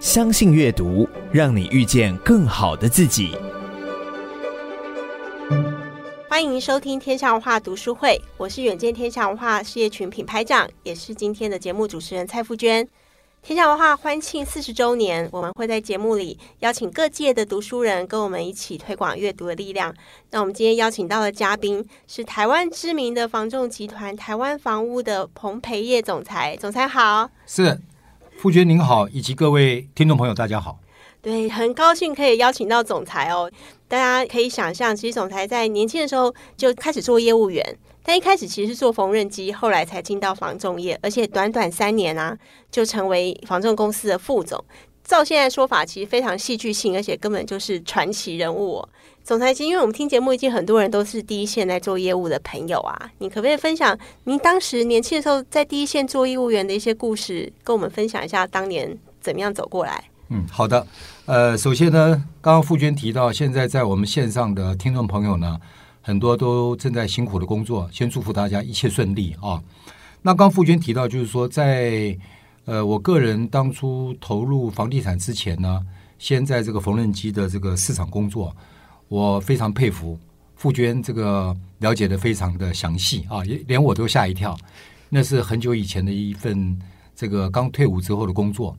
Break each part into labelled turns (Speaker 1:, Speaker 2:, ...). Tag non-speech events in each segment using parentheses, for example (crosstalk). Speaker 1: 相信阅读，让你遇见更好的自己。
Speaker 2: 欢迎收听天下文化读书会，我是远见天下文化事业群品牌长，也是今天的节目主持人蔡富娟。天下文化欢庆四十周年，我们会在节目里邀请各界的读书人跟我们一起推广阅读的力量。那我们今天邀请到的嘉宾是台湾知名的房仲集团台湾房屋的彭培业总裁，总裁好。
Speaker 3: 是，傅娟您好，以及各位听众朋友，大家好。
Speaker 2: 对，很高兴可以邀请到总裁哦。大家可以想象，其实总裁在年轻的时候就开始做业务员，但一开始其实是做缝纫机，后来才进到房仲业，而且短短三年啊，就成为房仲公司的副总。照现在说法，其实非常戏剧性，而且根本就是传奇人物、哦。总裁，其实因为我们听节目，已经很多人都是第一线在做业务的朋友啊，你可不可以分享您当时年轻的时候在第一线做业务员的一些故事，跟我们分享一下当年怎么样走过来？
Speaker 3: 嗯，好的。呃，首先呢，刚刚傅娟提到，现在在我们线上的听众朋友呢，很多都正在辛苦的工作，先祝福大家一切顺利啊。那刚傅娟提到，就是说在呃，我个人当初投入房地产之前呢，先在这个缝纫机的这个市场工作，我非常佩服傅娟这个了解的非常的详细啊，也连我都吓一跳。那是很久以前的一份这个刚退伍之后的工作。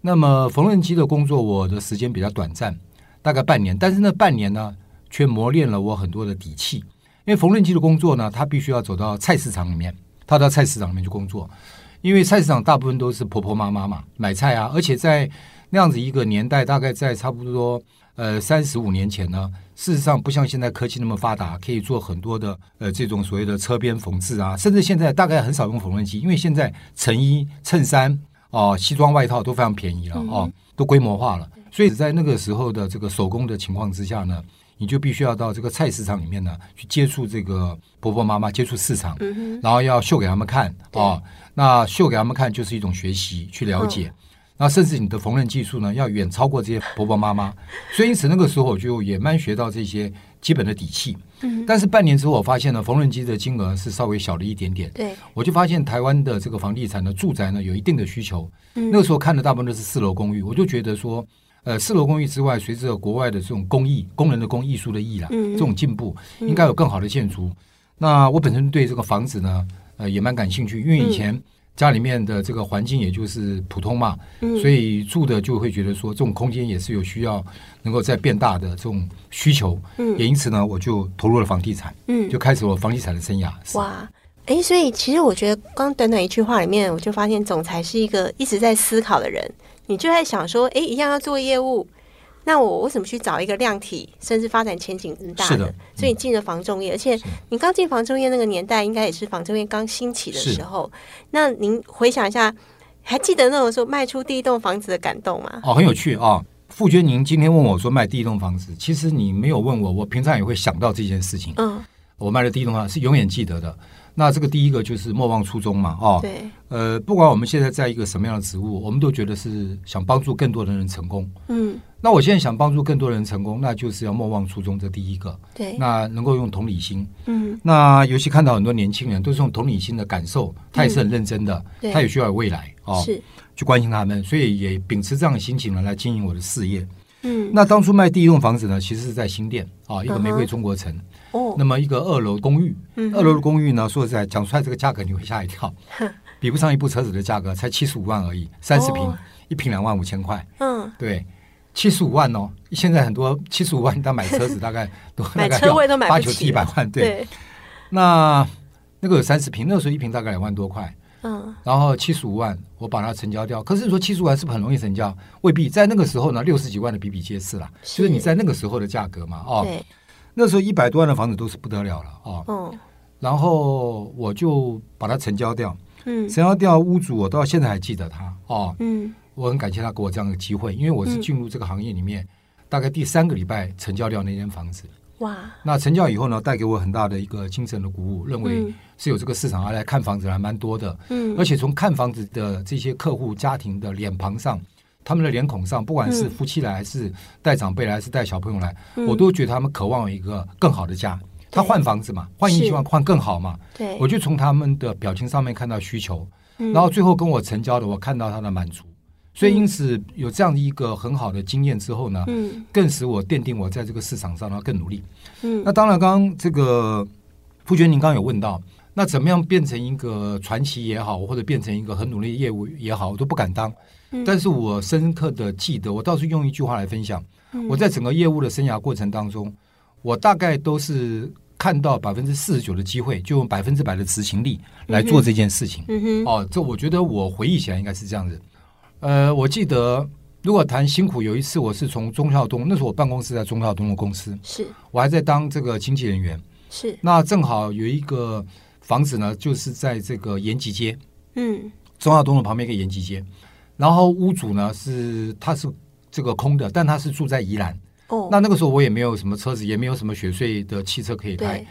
Speaker 3: 那么缝纫机的工作，我的时间比较短暂，大概半年。但是那半年呢，却磨练了我很多的底气。因为缝纫机的工作呢，它必须要走到菜市场里面，他到菜市场里面去工作。因为菜市场大部分都是婆婆妈妈嘛，买菜啊，而且在那样子一个年代，大概在差不多呃三十五年前呢，事实上不像现在科技那么发达，可以做很多的呃这种所谓的车边缝制啊，甚至现在大概很少用缝纫机，因为现在成衣、衬衫哦、西装外套都非常便宜了哦，都规模化了，所以在那个时候的这个手工的情况之下呢。你就必须要到这个菜市场里面呢，去接触这个婆婆妈妈，接触市场，然后要秀给他们看哦。那秀给他们看就是一种学习，去了解。那甚至你的缝纫技术呢，要远超过这些婆婆妈妈。所以因此那个时候我就也慢学到这些基本的底气。但是半年之后，我发现呢，缝纫机的金额是稍微小了一点点。
Speaker 2: 对，
Speaker 3: 我就发现台湾的这个房地产的住宅呢有一定的需求。那个时候看的大部分都是四楼公寓，我就觉得说，呃，四楼公寓之外，随着国外的这种工艺、工人的工、艺术的艺啦，这种进步，应该有更好的建筑。那我本身对这个房子呢，呃，也蛮感兴趣，因为以前家里面的这个环境也就是普通嘛，所以住的就会觉得说，这种空间也是有需要能够再变大的这种需求。也因此呢，我就投入了房地产，
Speaker 2: 嗯
Speaker 3: 就开始我房地产的生涯。是
Speaker 2: 哇，诶，所以其实我觉得，刚短短一句话里面，我就发现总裁是一个一直在思考的人。你就在想说，诶，一样要做业务，那我我怎么去找一个量体，甚至发展前景更大
Speaker 3: 是的嗯
Speaker 2: 所以你进了房仲业，而且你刚进房仲业那个年代，应该也是房仲业刚兴起的
Speaker 3: 是
Speaker 2: 时候。那您回想一下，还记得那种时候卖出第一栋房子的感动吗？
Speaker 3: (laughs) 哦，很有趣啊、傅娟，您今天问我说卖第一栋房子，其实你没有问我，我平常也会想到这件事情。
Speaker 2: 嗯，
Speaker 3: 我卖的第一栋房子是永远记得的。那这个第一个就是莫忘初衷嘛，哦，
Speaker 2: 对，
Speaker 3: 呃，不管我们现在在一个什么样的职务，我们都觉得是想帮助更多的人成功。
Speaker 2: 嗯，
Speaker 3: 那我现在想帮助更多人成功，那就是要莫忘初衷，这第一个。
Speaker 2: 对，
Speaker 3: 那能够用同理心，
Speaker 2: 嗯，
Speaker 3: 那尤其看到很多年轻人都是用同理心的感受，他也是很认真的，
Speaker 2: 嗯对
Speaker 3: 他也需要有未来哦，
Speaker 2: 是，
Speaker 3: 去关心他们，所以也秉持这样的心情呢来经营我的事业。
Speaker 2: 嗯，
Speaker 3: 那当初卖第一栋房子呢，其实是在新店啊，一
Speaker 2: 嗯
Speaker 3: 个
Speaker 2: 哼
Speaker 3: 玫瑰中国城，
Speaker 2: 哦，
Speaker 3: 那么一个二楼公寓，
Speaker 2: 嗯
Speaker 3: 二楼的公寓呢，说实在讲出来这个价格你会吓
Speaker 2: (laughs)
Speaker 3: 一跳，比不上一部车子的价格，才七十五万而已，三十平
Speaker 2: 哦，
Speaker 3: 一平两万五千块，
Speaker 2: 嗯，
Speaker 3: 对。七十五万哦，现在很多七十五万，他买车子大概都
Speaker 2: (laughs) 买
Speaker 3: 大概
Speaker 2: 车
Speaker 3: 要
Speaker 2: 位都买不
Speaker 3: 八九
Speaker 2: 起
Speaker 3: 十一百万，对。，那那个有三十平，那个时候一平大概两万多块，
Speaker 2: 嗯，
Speaker 3: 然后七十五万我把它成交掉。可是你说七十五万是不是很容易成交？未必，在那个时候呢，六十几万的比比皆是啦，
Speaker 2: 是
Speaker 3: 就是你在那个时候的价格嘛，哦，
Speaker 2: 对，
Speaker 3: 那时候一百多万的房子都是不得了了哦。
Speaker 2: 嗯，
Speaker 3: 然后我就把它成交掉，
Speaker 2: 嗯，
Speaker 3: 成交掉屋主，我到现在还记得他哦，
Speaker 2: 嗯。
Speaker 3: 我很感谢他给我这样的机会，因为我是
Speaker 2: 嗯
Speaker 3: 进入这个行业里面、大概第三个礼拜成交掉那间房子。
Speaker 2: 哇，
Speaker 3: 那成交以后呢，带给我很大的一个精神的鼓舞，认为
Speaker 2: 嗯
Speaker 3: 是有这个市场啊，来看房子还蛮多的，
Speaker 2: 嗯
Speaker 3: 而且从看房子的这些客户家庭的脸庞上，他们的脸孔上，不管是
Speaker 2: 嗯
Speaker 3: 夫妻来，还是带长辈来，还是带小朋友来，
Speaker 2: 嗯
Speaker 3: 我都觉得他们渴望有一个更好的家。他换房子嘛，换一希望换更好嘛，
Speaker 2: 对，
Speaker 3: 我就从他们的表情上面看到需求，
Speaker 2: 嗯
Speaker 3: 然后最后跟我成交的，我看到他的满足，所以因此有这样的一个很好的经验之后呢，
Speaker 2: 嗯
Speaker 3: 更使我奠定我在这个市场上呢更努力。
Speaker 2: 嗯
Speaker 3: 那当然，刚刚这个傅娟您刚刚有问到，那怎么样变成一个传奇也好，或者变成一个很努力的业务也好，我都不敢当。
Speaker 2: 嗯
Speaker 3: 但是我深刻的记得，我倒是用一句话来分享，
Speaker 2: 嗯
Speaker 3: 我在整个业务的生涯过程当中，我大概都是看到百分之四十九的机会，就用百分之百的执行力来做这件事情。
Speaker 2: 嗯哼，
Speaker 3: 哦，这我觉得我回忆起来应该是这样子。呃，我记得如果谈辛苦，有一次我是从忠孝东，那时候我办公室在忠孝东路公司，
Speaker 2: 是
Speaker 3: 我还在当这个经纪人员。
Speaker 2: 是，
Speaker 3: 那正好有一个房子呢，就是在这个延吉街，
Speaker 2: 嗯
Speaker 3: 忠孝东路旁边一个延吉街。然后屋主呢是他是这个空的，但他是住在宜兰。
Speaker 2: 哦，
Speaker 3: 那那个时候我也没有什么车子，也没有什么雪隧的汽车可以开
Speaker 2: 对，，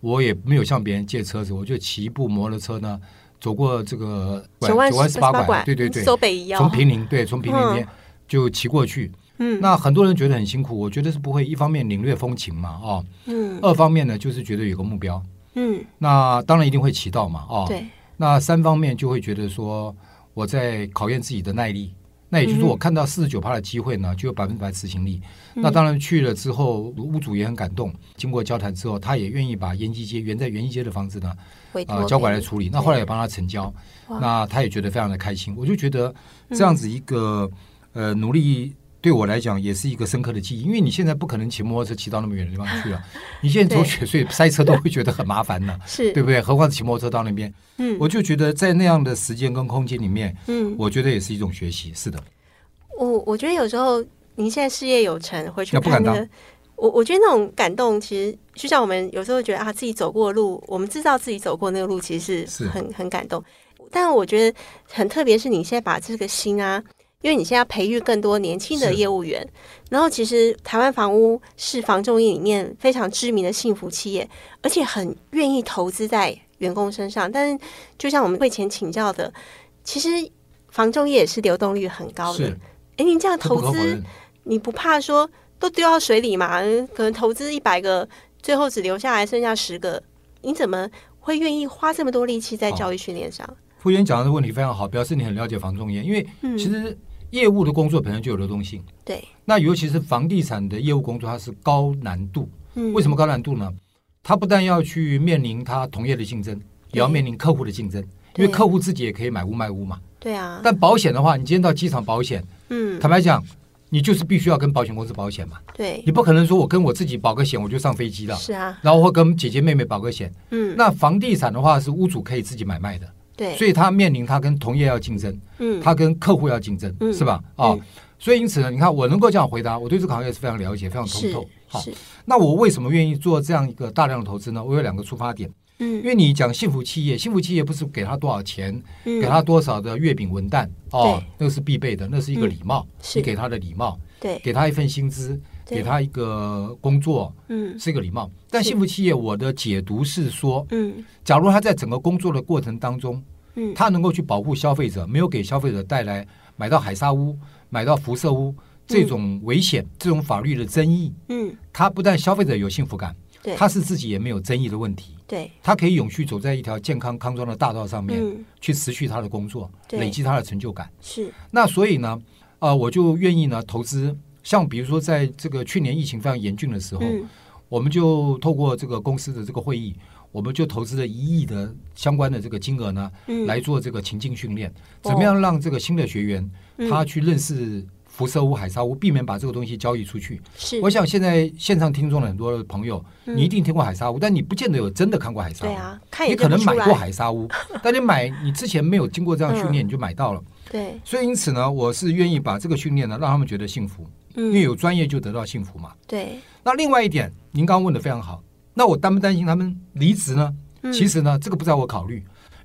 Speaker 3: 我也没有向别人借车子，我就骑一部摩托车呢，走过这个拐
Speaker 2: 九万
Speaker 3: 九万十八
Speaker 2: 八
Speaker 3: 拐，对对对，
Speaker 2: 走北一要
Speaker 3: 从平陵对，从平陵那边就骑过去。
Speaker 2: 嗯
Speaker 3: 那很多人觉得很辛苦，我觉得是不会。一方面领略风情嘛，哦，
Speaker 2: 嗯
Speaker 3: 二方面呢就是觉得有个目标，
Speaker 2: 嗯，
Speaker 3: 那当然一定会骑到嘛，哦，
Speaker 2: 对，
Speaker 3: 那三方面就会觉得说我在考验自己的耐力。那也就是
Speaker 2: 嗯哼
Speaker 3: 我看到四十九趴的机会呢，就有百分之百执行力。
Speaker 2: 嗯
Speaker 3: 那当然去了之后，屋主也很感动。经过交谈之后，他也愿意把延吉街原在延吉街的房子呢，
Speaker 2: 委
Speaker 3: 呃
Speaker 2: 托
Speaker 3: 交管来
Speaker 2: 给
Speaker 3: 处理。
Speaker 2: 对
Speaker 3: 那后来也帮他成交，
Speaker 2: 哇嗯
Speaker 3: 那他也觉得非常的开心。我就觉得这样子一个、呃努力。对我来讲也是一个深刻的记忆，因为你现在不可能骑摩托车骑到那么远的地方去
Speaker 2: (laughs)
Speaker 3: 了，你现在走
Speaker 2: 对
Speaker 3: 雪隧塞车都会觉得很麻烦呢，
Speaker 2: (laughs) 是，
Speaker 3: 对不对？何况骑摩托车到那边，
Speaker 2: 嗯
Speaker 3: 我就觉得在那样的时间跟空间里面，
Speaker 2: 嗯，
Speaker 3: 我觉得也是一种学习。是的，
Speaker 2: 我我觉得有时候您现在事业有成，回去
Speaker 3: 那不
Speaker 2: 看
Speaker 3: 敢
Speaker 2: 那
Speaker 3: 当
Speaker 2: 个，我我觉得那种感动，其实就像我们有时候觉得啊，自己走过的路，我们知道自己走过那个路，其实是
Speaker 3: 是
Speaker 2: 很很感动。但我觉得很特别，是你现在把这个心啊，因为你现在要培育更多年轻的
Speaker 3: 是
Speaker 2: 业务员，然后其实台湾房屋是房仲业里面非常知名的幸福企业，而且很愿意投资在员工身上。但是就像我们会前请教的，其实房仲业也是流动率很高的。
Speaker 3: 是
Speaker 2: 哎，您这样
Speaker 3: 这不
Speaker 2: 投
Speaker 3: 可否
Speaker 2: 资
Speaker 3: 认，，
Speaker 2: 你不怕说都丢到水里嘛？可能投资一百个，最后只留下来剩下十个，你怎么会愿意花这么多力气在
Speaker 3: 哦
Speaker 2: 教育训练上？
Speaker 3: 傅园讲的问题非常好，表示你很了解房仲业，因为
Speaker 2: 嗯
Speaker 3: 其实业务的工作本身就有流动性。
Speaker 2: 对，
Speaker 3: 那尤其是房地产的业务工作，它是高难度。
Speaker 2: 嗯，
Speaker 3: 为什
Speaker 2: 么？
Speaker 3: 么高难度呢？它不但要去面临它同业的竞争，也要
Speaker 2: 对
Speaker 3: 面临客户的竞争，因
Speaker 2: 对
Speaker 3: 为客户自己也可以买屋卖屋嘛。
Speaker 2: 对啊，
Speaker 3: 但保险的话，你今天到机场保险，
Speaker 2: 嗯，
Speaker 3: 坦白讲，你就是必须要跟保险公司保险嘛，
Speaker 2: 对，
Speaker 3: 你不可能说我跟我自己保个险我就上飞机了，
Speaker 2: 是啊，
Speaker 3: 然后或跟姐姐妹妹保个险。
Speaker 2: 嗯，
Speaker 3: 那房地产的话是屋主可以自己买卖的，
Speaker 2: 对，
Speaker 3: 所以他面临他跟同业要竞争，
Speaker 2: 嗯，
Speaker 3: 他跟客户要竞争，
Speaker 2: 嗯
Speaker 3: 是吧？啊、
Speaker 2: 嗯
Speaker 3: 所以因此呢，你看我能够这样回答，我对这个行业是非常了解，非常通
Speaker 2: 是
Speaker 3: 透。好，
Speaker 2: 是，
Speaker 3: 那我为什么愿意做这样一个大量的投资呢？我有两个出发点，因
Speaker 2: 嗯，
Speaker 3: 为你讲幸福企业，幸福企业不是给他多少钱，
Speaker 2: 嗯
Speaker 3: 给他多少的月饼文旦哦
Speaker 2: 对，嗯
Speaker 3: 那个是必备的，那是一个礼貌，
Speaker 2: 是
Speaker 3: 你给他的礼貌，
Speaker 2: 对，
Speaker 3: 给他一份薪资，
Speaker 2: 对
Speaker 3: 给他一个工作，
Speaker 2: 嗯
Speaker 3: 是一个礼貌。但
Speaker 2: 是
Speaker 3: 幸福企业，我的解读是说，
Speaker 2: 嗯
Speaker 3: 假如他在整个工作的过程当中，
Speaker 2: 嗯，
Speaker 3: 它能够去保护消费者，没有给消费者带来买到海砂屋、买到辐射屋这种危险、这种法律的争议。
Speaker 2: 嗯，
Speaker 3: 它不但消费者有幸福感
Speaker 2: 对，
Speaker 3: 它是自己也没有争议的问题。
Speaker 2: 对，
Speaker 3: 它可以永续走在一条健康康庄的大道上面，
Speaker 2: 嗯，
Speaker 3: 去持续他的工作，
Speaker 2: 对
Speaker 3: 累积他的成就感。
Speaker 2: 是，
Speaker 3: 那所以呢，呃，我就愿意呢投资，像比如说在这个去年疫情非常严峻的时候，
Speaker 2: 嗯
Speaker 3: 我们就透过这个公司的这个会议，我们就投资了一亿的相关的这个金额呢，
Speaker 2: 嗯，
Speaker 3: 来做这个情境训练，
Speaker 2: 哦
Speaker 3: 怎么样让这个新的学员
Speaker 2: 嗯
Speaker 3: 他去认识辐射屋、海沙屋，避免把这个东西交易出去。
Speaker 2: 是，
Speaker 3: 我想现在线上听众的很多朋友，
Speaker 2: 嗯
Speaker 3: 你一定听过海沙屋，但你不见得有真的看过海沙
Speaker 2: 对
Speaker 3: 屋。
Speaker 2: 啊，看也
Speaker 3: 你
Speaker 2: 认不
Speaker 3: 可能
Speaker 2: 出
Speaker 3: 买
Speaker 2: 来
Speaker 3: 过，海沙
Speaker 2: (laughs)
Speaker 3: 屋，但你买你之前没有经过这样训练，你就买到
Speaker 2: 嗯
Speaker 3: 了。
Speaker 2: 对，
Speaker 3: 所以因此呢，我是愿意把这个训练呢，让他们觉得幸福，因为
Speaker 2: 嗯，
Speaker 3: 有专业就得到幸福嘛。
Speaker 2: 对，
Speaker 3: 那另外一点，您刚刚问的非常好，那我担不担心他们离职呢？
Speaker 2: 嗯
Speaker 3: 其实呢，这个不在我考虑，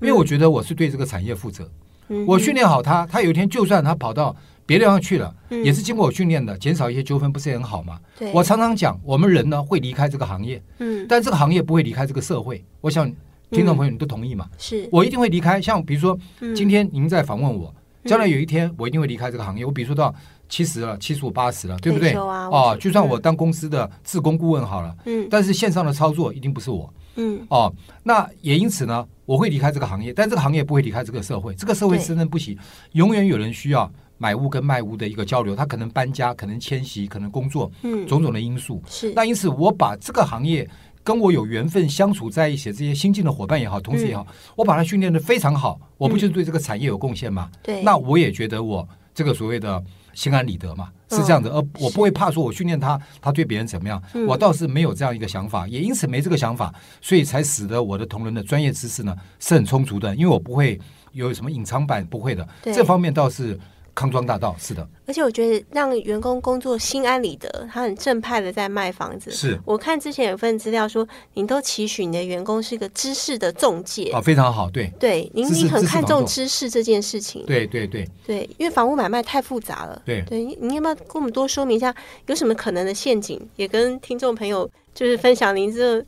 Speaker 3: 因为我觉得我是对这个产业负责。
Speaker 2: 嗯
Speaker 3: 我训练好他，他有一天就算他跑到别的地方去了，
Speaker 2: 嗯
Speaker 3: 也是经过我训练的，减少一些纠纷，不是也很好吗？
Speaker 2: 对，
Speaker 3: 我常常讲，我们人呢会离开这个行业，
Speaker 2: 嗯
Speaker 3: 但这个行业不会离开这个社会。我想听众朋友你都同意嘛？
Speaker 2: 是，
Speaker 3: 我一定会离开。像比如说
Speaker 2: 嗯
Speaker 3: 今天您在访问我，
Speaker 2: 嗯
Speaker 3: 将来有一天我一定会离开这个行业。我比如说到七十了、七十五、八十了，对不
Speaker 2: 退
Speaker 3: 对？
Speaker 2: 休啊我
Speaker 3: 哦，
Speaker 2: 是
Speaker 3: 就算我当公司的自工顾问好了，
Speaker 2: 嗯
Speaker 3: 但是线上的操作一定不是我。
Speaker 2: 嗯
Speaker 3: 哦，那也因此呢，我会离开这个行业，但这个行业不会离开这个社会，这个社会
Speaker 2: 对
Speaker 3: 生生不息，永远有人需要买屋跟卖屋的一个交流，他可能搬家，可能迁徙，可能工作，
Speaker 2: 嗯
Speaker 3: 种种的因素。
Speaker 2: 是
Speaker 3: 那因此，我把这个行业跟我有缘分相处在一起的这些新进的伙伴也好，同事也
Speaker 2: 嗯
Speaker 3: 好，我把它训练的非常好，我不就是对这个产业有贡献吗？
Speaker 2: 对，
Speaker 3: 那我也觉得我这个所谓的心安理得嘛，
Speaker 2: 嗯
Speaker 3: 是这样的，而我不会怕说我训练他，他对别人怎么样，
Speaker 2: 嗯
Speaker 3: 我倒是没有这样一个想法，也因此没这个想法，所以才使得我的同仁的专业知识呢是很充足的，因为我不会有什么隐藏版不会的，
Speaker 2: 对
Speaker 3: 这方面倒是康庄大道，是的，
Speaker 2: 而且我觉得让员工工作心安理得，他很正派的在卖房子。
Speaker 3: 是
Speaker 2: 我看之前有份资料说，您都期许你的员工是个知识的中介。
Speaker 3: 啊，非常好，对，
Speaker 2: 对，您
Speaker 3: 知识
Speaker 2: 您很
Speaker 3: 知识
Speaker 2: 看
Speaker 3: 房
Speaker 2: 重
Speaker 3: 仲
Speaker 2: 知识这件事情。
Speaker 3: 对对对
Speaker 2: 对，因为房屋买卖太复杂了。
Speaker 3: 对
Speaker 2: 对，你你要不要跟我们多说明一下有什么可能的陷阱，也跟听众朋友就是分享您这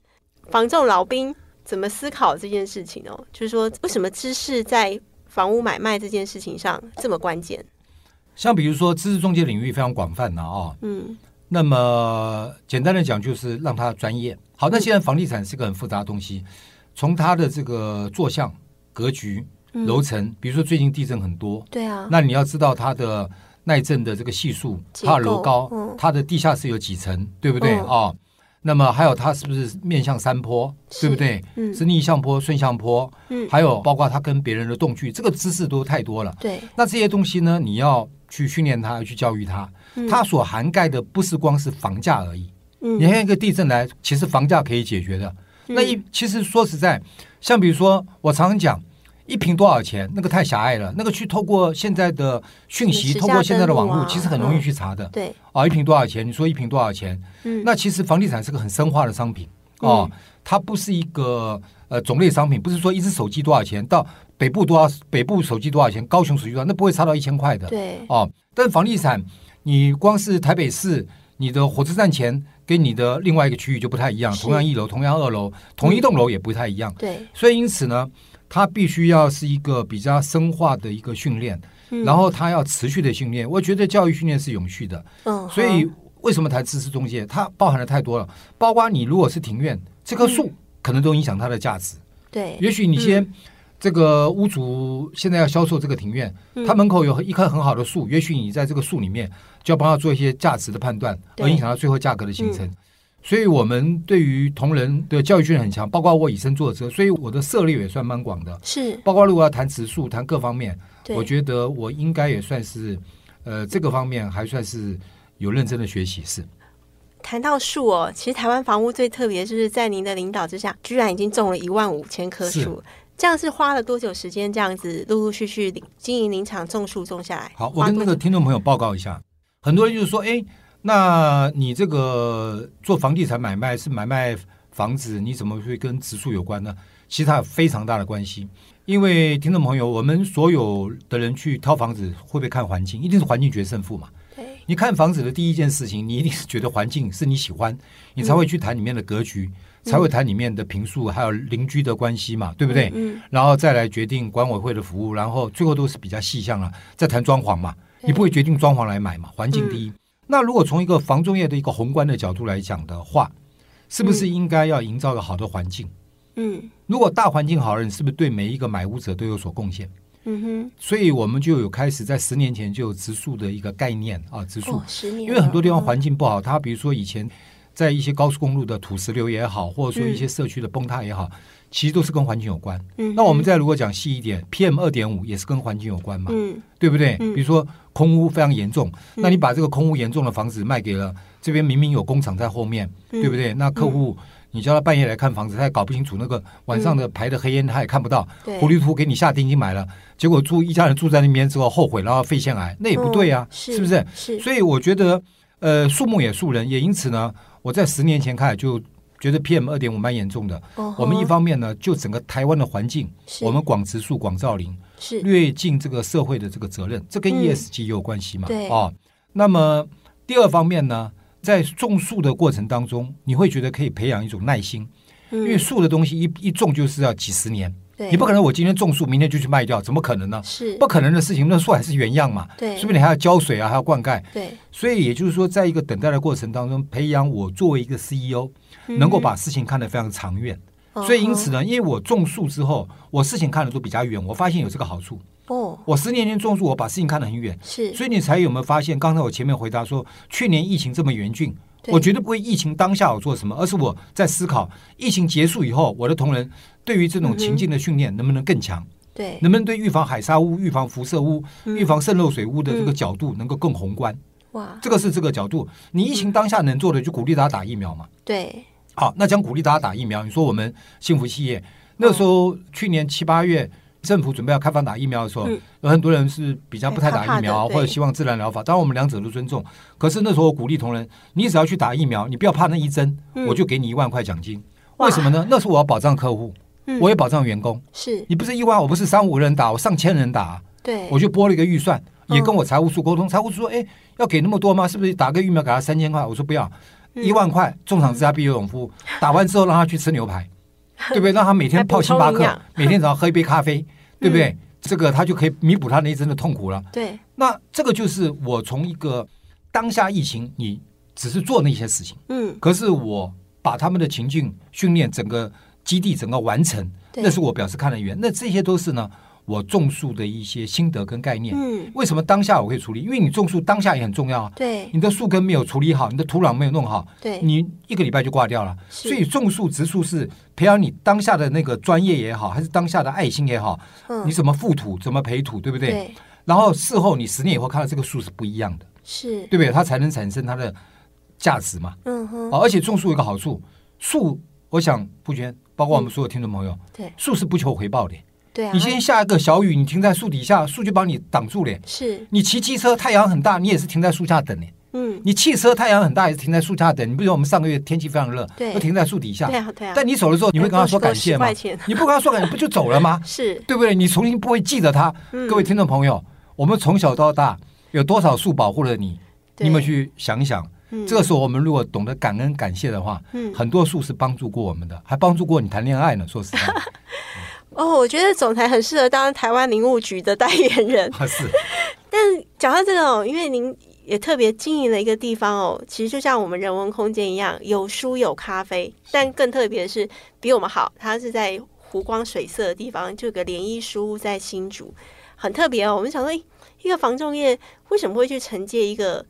Speaker 2: 房仲老兵怎么思考这件事情哦？就是说，为什么知识在房屋买卖这件事情上这么关键？
Speaker 3: 像比如说知识中介领域非常广泛的啊、
Speaker 2: 嗯，
Speaker 3: 那么简单的讲，就是让它专业。好，那现在房地产是个很复杂的东西，从它的这个坐向、格局、
Speaker 2: 嗯
Speaker 3: 楼层，比如说最近地震很多，
Speaker 2: 对啊，
Speaker 3: 那你要知道它的耐震的这个系数，
Speaker 2: 结构
Speaker 3: 它的楼高
Speaker 2: 嗯，
Speaker 3: 它的地下室有几层，对不对
Speaker 2: 嗯
Speaker 3: 哦？那么还有它是不是面向山坡，对不对？
Speaker 2: 嗯
Speaker 3: 是逆向坡、顺向坡，
Speaker 2: 嗯
Speaker 3: 还有包括它跟别人的动距，这个知识都太多了。
Speaker 2: 对，
Speaker 3: 那这些东西呢，你要去训练它，要去教育它。
Speaker 2: 嗯
Speaker 3: 它所涵盖的不是光是房价而已。你
Speaker 2: 嗯
Speaker 3: 看一个地震来，其实房价可以解决的。那一其实说实在，像比如说我常常讲，一平多少钱，那个太狭隘了。那个去透过现在的讯息，
Speaker 2: 时
Speaker 3: 透
Speaker 2: 下
Speaker 3: 过现在的网
Speaker 2: 登录
Speaker 3: 络，
Speaker 2: 啊
Speaker 3: 其实很容易
Speaker 2: 嗯
Speaker 3: 去查的。
Speaker 2: 对，
Speaker 3: 啊，一平多少钱？你说一平多少钱？
Speaker 2: 嗯
Speaker 3: 那其实房地产是个很深化的商品哦，它不是一个呃种类商品，不是说一只手机多少钱，到北部多少北部手机多少钱，高雄手机多少，那不会差到一千块的。
Speaker 2: 对，
Speaker 3: 哦，但房地产，你光是台北市，你的火车站前跟你的另外一个区域就不太一样，
Speaker 2: 是
Speaker 3: 同样一楼，同样二楼，同一栋楼也不太一样。
Speaker 2: 对，
Speaker 3: 所以因此呢，它必须要是一个比较深化的一个训练，
Speaker 2: 嗯
Speaker 3: 然后它要持续的训练。我觉得教育训练是永续的，
Speaker 2: 嗯，
Speaker 3: 所以为什么谈知识中介？它包含的太多了，包括你如果是庭院，这棵
Speaker 2: 嗯
Speaker 3: 树可能都影响它的价值。
Speaker 2: 对，
Speaker 3: 也许你先。
Speaker 2: 嗯
Speaker 3: 这个屋主现在要销售这个庭院，
Speaker 2: 嗯
Speaker 3: 他门口有一棵很好的树，也许你在这个树里面就要帮他做一些价值的判断，
Speaker 2: 对嗯
Speaker 3: 而影响到最后价格的形成。所以，我们对于同仁的教育训练很强，包括我以身作则，所以我的涉猎也算蛮广的。
Speaker 2: 是，
Speaker 3: 包括如果要谈植树、谈各方面，
Speaker 2: 对，
Speaker 3: 我觉得我应该也算是，呃，这个方面还算是有认真的学习。是，
Speaker 2: 谈到树哦，其实台湾房屋最特别就是在您的领导之下，居然已经种了一万五千棵树
Speaker 3: 是。
Speaker 2: 这样是花了多久时间？这样子陆陆续续地经营林场种树种下来，
Speaker 3: 好，我
Speaker 2: 花
Speaker 3: 跟
Speaker 2: 多
Speaker 3: 那个
Speaker 2: 久
Speaker 3: 听众朋友报告一下，很多人就是说，哎，那你这个做房地产买卖是买卖房子，你怎么会跟植树有关呢？其实它有非常大的关系，因为听众朋友，我们所有的人去挑房子，会不会看环境？一定是环境决胜负嘛。
Speaker 2: 对
Speaker 3: 你看房子的第一件事情，你一定是觉得环境是你喜欢，你才会去谈里面的格局，
Speaker 2: 嗯
Speaker 3: 才会谈里面的平数，还有邻居的关系嘛，对不对？
Speaker 2: 嗯
Speaker 3: 然后再来决定管委会的服务，然后最后都是比较细项了，再谈装潢嘛，你不会决定装潢来买嘛，环境第一。
Speaker 2: 嗯
Speaker 3: 那如果从一个房仲业的一个宏观的角度来讲的话，是不是应该要营造一个好的环境？
Speaker 2: 嗯
Speaker 3: 如果大环境好了，你是不是对每一个买屋者都有所贡献？
Speaker 2: 嗯
Speaker 3: 所以我们就有开始在十年前就有植树的一个概念啊，植
Speaker 2: 哼，
Speaker 3: 树
Speaker 2: 哦，十年了，
Speaker 3: 因为很多地方环境不好，它比如说以前在一些高速公路的土石流也好，或者说一些社区的崩塌也好，其实都是跟环境有关。
Speaker 2: 嗯，
Speaker 3: 那我们再如果讲细一点，PM 二点五也是跟环境有关嘛，
Speaker 2: 嗯
Speaker 3: 对不对？
Speaker 2: 嗯
Speaker 3: 比如说空污非常严重，那你把这个空污严重的房子卖给了这边明明有工厂在后面，
Speaker 2: 嗯
Speaker 3: 对不对？那客户你叫他半夜来看房子，他也搞不清楚那个晚上的排的黑烟，他也看不到，
Speaker 2: 对
Speaker 3: 糊里糊涂给你下定金买了，结果住一家人住在那边之后后悔，然后肺腺癌，那也不对啊，
Speaker 2: 嗯是
Speaker 3: 是不是？
Speaker 2: 是，
Speaker 3: 所以我觉得，呃，树木也树人，也因此呢，我在十年前开始就觉得 PM 二点五蛮严重的。
Speaker 2: 哦
Speaker 3: 我们一
Speaker 2: 吼
Speaker 3: 方面呢，就整个台湾的环境，
Speaker 2: 是
Speaker 3: 我们广植树、广造林，
Speaker 2: 是
Speaker 3: 略尽这个社会的这个责任，这跟
Speaker 2: 嗯
Speaker 3: ESG 也有关系嘛？
Speaker 2: 对
Speaker 3: 哦，那么第二方面呢，在种树的过程当中，你会觉得可以培养一种耐心，因为
Speaker 2: 嗯
Speaker 3: 树的东西一一种就是要几十年，
Speaker 2: 对，
Speaker 3: 你不可能我今天种树，明天就去卖掉，怎么可能呢？
Speaker 2: 是
Speaker 3: 不可能的事情，那树还是原样嘛？
Speaker 2: 对
Speaker 3: 是不是你还要浇水啊，还要灌溉？
Speaker 2: 对
Speaker 3: 所以也就是说，在一个等待的过程当中，培养我作为一个 CEO，
Speaker 2: 嗯
Speaker 3: 能够把事情看得非常长远。所以因此呢，因为我种树之后，我事情看得都比较远，我发现有这个好处。
Speaker 2: 哦，
Speaker 3: 我十年前种树，我把事情看得很远，
Speaker 2: 是，
Speaker 3: 嗯所以你才有没有发现？刚才我前面回答说，去年疫情这么严峻，
Speaker 2: 对
Speaker 3: 我绝对不会疫情当下我做什么，而是我在思考疫情结束以后，我的同仁对于这种情
Speaker 2: 嗯
Speaker 3: 境的训练能不能更强，
Speaker 2: 对，
Speaker 3: 能不能对预防海砂屋、预防辐射屋、
Speaker 2: 嗯
Speaker 3: 预防渗漏水屋的这个角度能够更宏观？
Speaker 2: 哇，
Speaker 3: 这个是这个角度。你疫情当下能做的，就鼓励大家打疫苗嘛。
Speaker 2: 嗯对，
Speaker 3: 好，那讲鼓励大家打疫苗，你说我们幸福企业那时候去年七八月。政府准备要开放打疫苗的时候，
Speaker 2: 嗯
Speaker 3: 有很多人是比较不太打疫苗
Speaker 2: 哎
Speaker 3: 啊，
Speaker 2: 怕怕的对
Speaker 3: 或者希望自然疗法。当然，我们两者都尊重。可是那时候我鼓励同仁，你只要去打疫苗，你不要怕那一针，
Speaker 2: 嗯
Speaker 3: 我就给你一万块奖金。
Speaker 2: 哇
Speaker 3: 为什么呢？那时候我要保障客户，
Speaker 2: 嗯
Speaker 3: 我也保障员工。
Speaker 2: 是，
Speaker 3: 你不是一万，我不是三五人打，我上千人打啊、
Speaker 2: 对，
Speaker 3: 我就拨了一个预算，
Speaker 2: 嗯
Speaker 3: 也跟我财务处沟通。财务处说：“哎，要给那么多吗？是不是打个疫苗给他三千块？”我说：“不要，
Speaker 2: 嗯
Speaker 3: 一万块，中场之家必有勇夫。打完之后让他去吃牛
Speaker 2: (laughs)
Speaker 3: 排，对不对？让他每
Speaker 2: 还
Speaker 3: 天
Speaker 2: 补
Speaker 3: 泡
Speaker 2: 充
Speaker 3: 星巴
Speaker 2: 营
Speaker 3: 克
Speaker 2: 养，嗯
Speaker 3: 每天早上喝一杯咖
Speaker 2: (laughs)
Speaker 3: 啡，对不对？这个他就可以弥补他那一阵的痛苦了。
Speaker 2: 对，
Speaker 3: 那这个就是我从一个当下疫情，你只是做那些事情，
Speaker 2: 嗯，
Speaker 3: 可是我把他们的情境训练整个基地整个完成，
Speaker 2: 对
Speaker 3: 那是我表示看得远。那这些都是呢，我种树的一些心得跟概念。
Speaker 2: 嗯，
Speaker 3: 为什么当下我会处理？因为你种树当下也很重要啊。
Speaker 2: 对，
Speaker 3: 你的树根没有处理好，你的土壤没有弄好，
Speaker 2: 对，
Speaker 3: 你一个礼拜就挂掉了。
Speaker 2: 是
Speaker 3: 所以种树植树是培养你当下的那个专业也好，还是当下的爱心也好，
Speaker 2: 嗯
Speaker 3: 你怎么覆土，怎么培土，对不对？
Speaker 2: 对，
Speaker 3: 然后事后你十年以后看到这个树是不一样的，
Speaker 2: 是，
Speaker 3: 对不对？它才能产生它的价值嘛。
Speaker 2: 嗯哼，
Speaker 3: 啊，而且种树有一个好处，树我想不娟，包括我们所有听众朋友，
Speaker 2: 嗯对，
Speaker 3: 树是不求回报的。
Speaker 2: 对啊，
Speaker 3: 你先下一个小雨，你停在树底下，树就帮你挡住了。
Speaker 2: 是，
Speaker 3: 你骑机车，太阳很大，你也是停在树下等呢。
Speaker 2: 嗯，
Speaker 3: 你汽车太阳很大，也是停在树下等。你不知道我们上个月天气非常热，
Speaker 2: 对
Speaker 3: 都停在树底下
Speaker 2: 对。啊，对啊，
Speaker 3: 但你走的时候，你会跟他说感谢
Speaker 2: 多
Speaker 3: 吗
Speaker 2: 十块钱？？
Speaker 3: 你不跟他说感谢，不就走了吗
Speaker 2: (laughs) 是，
Speaker 3: 对不对？你重新不会记得他。
Speaker 2: 嗯
Speaker 3: 各位听众朋友，我们从小到大有多少树保护了你？
Speaker 2: 对
Speaker 3: 你们去想一想。
Speaker 2: 嗯
Speaker 3: 这个时候，我们如果懂得感恩感谢的话，
Speaker 2: 嗯
Speaker 3: 很多树是帮助过我们的，还帮助过你谈恋爱呢。说实
Speaker 2: (laughs)
Speaker 3: 在，
Speaker 2: 哦，我觉得总裁很适合当台湾林务局的代言人。
Speaker 3: 啊是
Speaker 2: 但讲到这个哦，因为您也特别经营了一个地方哦，其实就像我们人文空间一样，有书有咖啡，但更特别的是比我们好，它是在湖光水色的地方，就有个联谊书屋在新竹，很特别哦。我们想说，诶一个房仲业为什么会去承接一个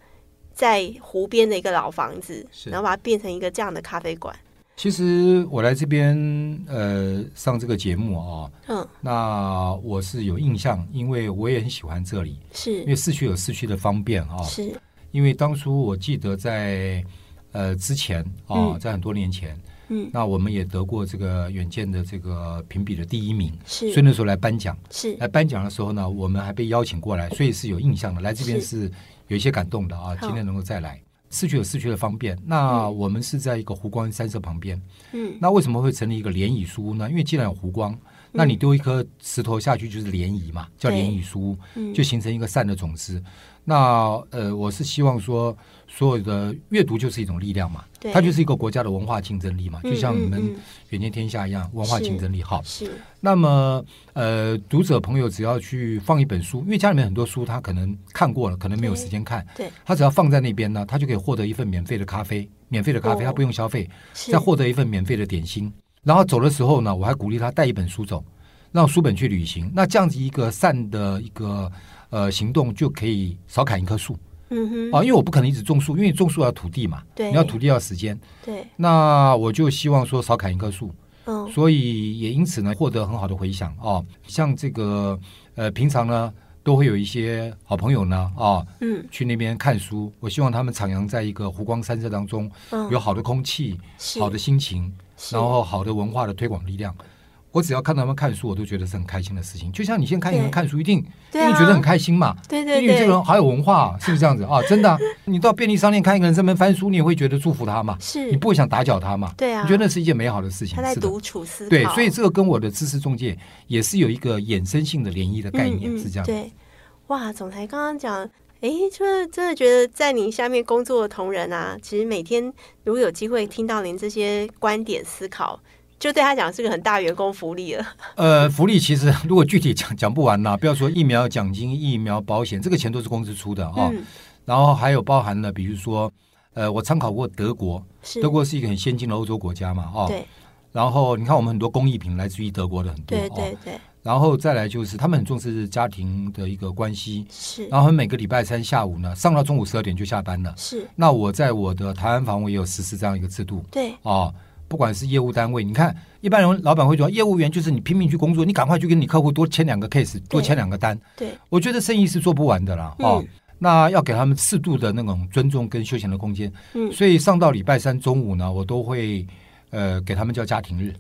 Speaker 2: 在湖边的一个老房子，
Speaker 3: 是
Speaker 2: 然后把它变成一个这样的咖啡馆？
Speaker 3: 其实我来这边呃上这个节目啊、
Speaker 2: 嗯，
Speaker 3: 那我是有印象，因为我也很喜欢这里，因
Speaker 2: 是
Speaker 3: 为市区有市区的方便啊、
Speaker 2: 是，
Speaker 3: 因为当初我记得在呃之前啊、
Speaker 2: 嗯
Speaker 3: 在很多年前，
Speaker 2: 嗯
Speaker 3: 那我们也得过这个远见的这个评比的第一名，所以
Speaker 2: 是
Speaker 3: 那时候来颁奖，
Speaker 2: 是
Speaker 3: 来颁奖的时候呢，我们还被邀请过来，所以是有印象的。来这边是有一些感动的啊，
Speaker 2: 好
Speaker 3: 今天能够再来。市区有市区的方便，那
Speaker 2: 嗯
Speaker 3: 我们是在一个湖光山色旁边，
Speaker 2: 嗯
Speaker 3: 那为什么会成立一个涟漪书屋呢？因为既然有湖光，那你丢一颗石头下去就是涟漪嘛，叫涟
Speaker 2: 嗯对
Speaker 3: 漪书屋，
Speaker 2: 嗯
Speaker 3: 就形成一个善的种子。那呃，我是希望说，所有的阅读就是一种力量嘛
Speaker 2: 对，
Speaker 3: 它就是一个国家的文化竞争力嘛，
Speaker 2: 嗯
Speaker 3: 就像你
Speaker 2: 嗯
Speaker 3: 们
Speaker 2: 嗯
Speaker 3: 远见天下一样，文化
Speaker 2: 是
Speaker 3: 竞争力好。
Speaker 2: 是
Speaker 3: 那么呃，读者朋友只要去放一本书，因为家里面很多书他可能看过了，可能没有
Speaker 2: 对
Speaker 3: 时间看，
Speaker 2: 对
Speaker 3: 他只要放在那边呢，他就可以获得一份免费的咖啡，免费的咖啡
Speaker 2: 哦
Speaker 3: 他不用消费。
Speaker 2: 是
Speaker 3: 再获得一份免费的点心。然后走的时候呢，我还鼓励他带一本书走，让书本去旅行。那这样子一个善的一个呃行动，就可以少砍一棵树
Speaker 2: 嗯哼
Speaker 3: 啊，因为我不可能一直种树，因为种树要土地嘛，
Speaker 2: 对
Speaker 3: 你要土地要时间。
Speaker 2: 对
Speaker 3: 那我就希望说少砍一棵树，
Speaker 2: 嗯
Speaker 3: 所以也因此呢获得很好的回响哦。像这个呃平常呢都会有一些好朋友呢啊、
Speaker 2: 嗯
Speaker 3: 去那边看书，我希望他们徜徉在一个湖光山色当中，
Speaker 2: 嗯
Speaker 3: 有好的空气，
Speaker 2: 是
Speaker 3: 好的心情，
Speaker 2: 是
Speaker 3: 然后好的文化的推广力量。我只要看到他们看书，我都觉得是很开心的事情。就像你先看一个人
Speaker 2: 对
Speaker 3: 看书，一定一
Speaker 2: 对啊
Speaker 3: 定觉得很开心嘛。
Speaker 2: 对对
Speaker 3: 因为这
Speaker 2: 对
Speaker 3: 个，人好有文化、是不是这样子啊？真的啊、你到便利商店看一个人在那边翻书，你也会觉得祝福他嘛，
Speaker 2: 是
Speaker 3: 你不会想打搅他嘛？
Speaker 2: 对啊
Speaker 3: 你觉得那是一件美好的事情。
Speaker 2: 他在
Speaker 3: 是的，
Speaker 2: 独处思考，
Speaker 3: 对，所以这个跟我的知识中介也是有一个衍生性的涟漪的概念，
Speaker 2: 嗯嗯
Speaker 3: 是这样。
Speaker 2: 对，哇，总裁刚刚讲。哎，就是真的觉得在您下面工作的同仁啊，其实每天如果有机会听到您这些观点思考，就对他讲是个很大员工福利了。
Speaker 3: 呃，福利其实如果具体讲讲不完啦，不要说疫苗奖金、疫苗保险，这个钱都是公司出的啊、
Speaker 2: 嗯，
Speaker 3: 然后还有包含了，比如说，呃，我参考过德国，
Speaker 2: 是
Speaker 3: 德国是一个很先进的欧洲国家嘛，哦，
Speaker 2: 对，
Speaker 3: 然后你看，我们很多工艺品来自于德国的很多，
Speaker 2: 对
Speaker 3: 哦。
Speaker 2: 对对，
Speaker 3: 然后再来就是他们很重视家庭的一个关系，
Speaker 2: 是
Speaker 3: 然后每个礼拜三下午呢，上到中午十二点就下班了。
Speaker 2: 是，
Speaker 3: 那我在我的台湾房我也有实施这样一个制度
Speaker 2: 对
Speaker 3: 哦，不管是业务单位，你看一般人老板会说，业务员就是你拼命去工作，你赶快去跟你客户多签两个 case，多签两个单。
Speaker 2: 对
Speaker 3: 我觉得生意是做不完的啦，哦。
Speaker 2: 嗯
Speaker 3: 那要给他们适度的那种尊重跟休闲的空间，
Speaker 2: 嗯
Speaker 3: 所以上到礼拜三中午呢，我都会呃给他们叫家庭日，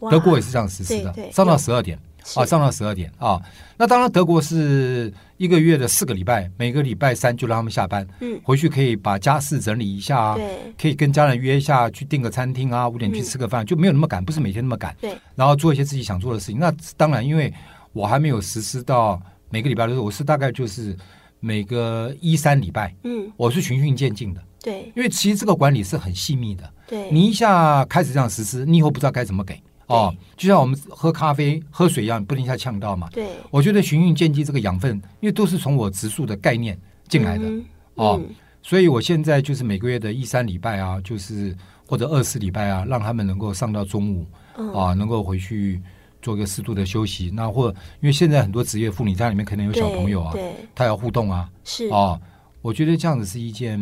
Speaker 2: 哇
Speaker 3: 德国也是这样实施
Speaker 2: 对
Speaker 3: 的，
Speaker 2: 对
Speaker 3: 上到
Speaker 2: 有
Speaker 3: 十二点
Speaker 2: 是
Speaker 3: 啊，上到十二点啊。那当然，德国是一个月的四个礼拜，每个礼拜三就让他们下班，
Speaker 2: 嗯
Speaker 3: 回去可以把家事整理一下啊，
Speaker 2: 对
Speaker 3: 可以跟家人约一下去订个餐厅啊，五点去
Speaker 2: 嗯
Speaker 3: 吃个饭，就没有那么赶，不是每天那么赶，
Speaker 2: 对
Speaker 3: 然后做一些自己想做的事情。那当然，因为我还没有实施到每个礼拜都是，我是大概就是每个一三礼拜，
Speaker 2: 嗯
Speaker 3: 我是循序渐进的，
Speaker 2: 对
Speaker 3: 因为其实这个管理是很细密的。
Speaker 2: 对
Speaker 3: 你一下开始这样实施，你以后不知道该怎么给哦
Speaker 2: 对。
Speaker 3: 就像我们喝咖啡、喝水一样，不能一下呛到嘛。
Speaker 2: 对
Speaker 3: 我觉得循序渐进这个养分，因为都是从我植树的概念进来的，
Speaker 2: 嗯
Speaker 3: 哦
Speaker 2: 嗯
Speaker 3: 所以我现在就是每个月的一三礼拜啊，就是或者二四礼拜啊，让他们能够上到中午
Speaker 2: 嗯
Speaker 3: 啊，能够回去做个适度的休息。那或因为现在很多职业妇女家里面可能有小
Speaker 2: 对
Speaker 3: 朋友啊，
Speaker 2: 对嗯
Speaker 3: 她要互动啊，
Speaker 2: 是
Speaker 3: 啊，我觉得这样子是一件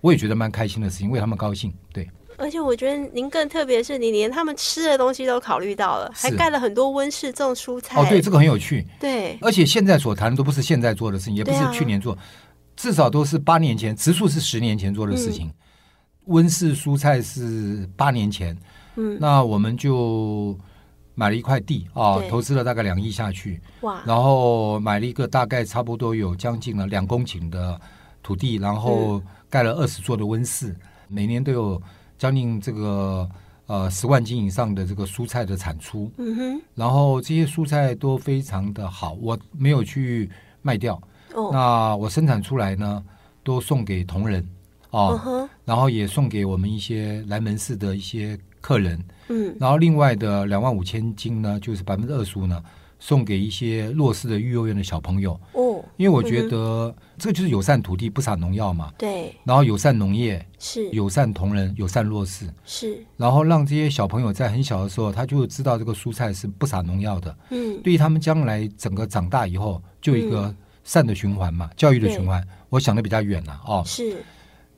Speaker 3: 我也觉得蛮开心的事情，为他们高兴。对，
Speaker 2: 而且我觉得您更特别是，你连他们吃的东西都考虑到了，还
Speaker 3: 是
Speaker 2: 盖了很多温室种蔬菜。
Speaker 3: 哦，对，这个很有趣。
Speaker 2: 对
Speaker 3: 而且现在所谈的都不是现在做的事情，也不
Speaker 2: 对啊
Speaker 3: 是去年做，至少都是八年前，植树是十年前做的事
Speaker 2: 嗯
Speaker 3: 情，温室蔬菜是八年前，
Speaker 2: 嗯，
Speaker 3: 那我们就买了一块地啊
Speaker 2: 对，啊
Speaker 3: 投资了大概两亿下去，
Speaker 2: 哇，
Speaker 3: 然后买了一个大概差不多有将近了两公顷的土地，然
Speaker 2: 嗯
Speaker 3: 后盖了二十座的温室，每年都有将近这个呃十万斤以上的这个蔬菜的产出，
Speaker 2: 嗯
Speaker 3: 然后这些蔬菜都非常的好，我没有去卖掉，
Speaker 2: 哼，哦，
Speaker 3: 那我生产出来呢，都送给同仁
Speaker 2: 嗯
Speaker 3: 哦，
Speaker 2: 哼，
Speaker 3: 然后也送给我们一些来门市的一些客人，
Speaker 2: 嗯，
Speaker 3: 然后另外的两万五千斤呢，就是百分之二十五呢，送给一些弱势的育幼院的小朋友，
Speaker 2: 哦，
Speaker 3: 因为我觉得
Speaker 2: 嗯
Speaker 3: 这个就是友善土地不撒农药嘛，
Speaker 2: 对，
Speaker 3: 然后友善农业、
Speaker 2: 是
Speaker 3: 友善同仁、友善弱势，
Speaker 2: 是，
Speaker 3: 然后让这些小朋友在很小的时候，他就知道这个蔬菜是不撒农药的。
Speaker 2: 嗯，
Speaker 3: 对于他们将来整个长大以后，就有一个善的循环嘛，教育的循环。我想的比较远了、哦。
Speaker 2: 是，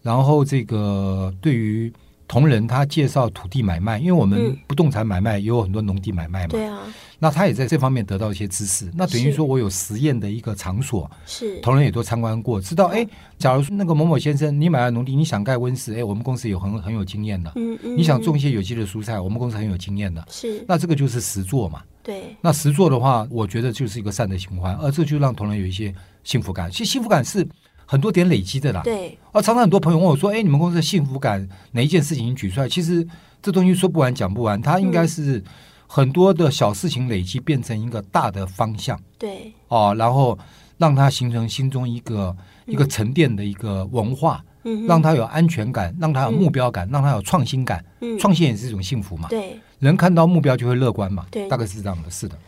Speaker 3: 然后这个对于同仁他介绍土地买卖，因为我们
Speaker 2: 嗯
Speaker 3: 不动产买卖也有很多农地买卖嘛，
Speaker 2: 对啊，
Speaker 3: 那他也在这方面得到一些知识。那等于
Speaker 2: 是
Speaker 3: 说我有实验的一个场所，
Speaker 2: 是，
Speaker 3: 同仁也都参观过，知道
Speaker 2: 嗯
Speaker 3: 哎，假如说那个某某先生你买了农地，你想盖温室，哎，我们公司有很很有经验的。
Speaker 2: 嗯嗯，
Speaker 3: 你想
Speaker 2: 嗯
Speaker 3: 种一些有机的蔬菜，我们公司很有经验的。
Speaker 2: 是，
Speaker 3: 那这个就是实做嘛。
Speaker 2: 对，
Speaker 3: 那实做的话，我觉得就是一个善的循环，而这就让同仁有一些幸福感。其实幸福感是很多点累积的啦。
Speaker 2: 对，
Speaker 3: 啊，常常很多朋友问我说：“哎，你们公司的幸福感哪一件事情举出来？”其实这东西说不完讲不完，它应
Speaker 2: 嗯
Speaker 3: 该是很多的小事情累积变成一个大的方向
Speaker 2: 对，
Speaker 3: 哦，然后让它形成心中一个一个沉淀的一个文化，
Speaker 2: 嗯嗯哼，
Speaker 3: 让它有安全感，让它有目标感，让它有创新感。
Speaker 2: 嗯，
Speaker 3: 创新也是一种幸福嘛，
Speaker 2: 对，
Speaker 3: 人看到目标就会乐观嘛，
Speaker 2: 对
Speaker 3: 大概是这样的，是的。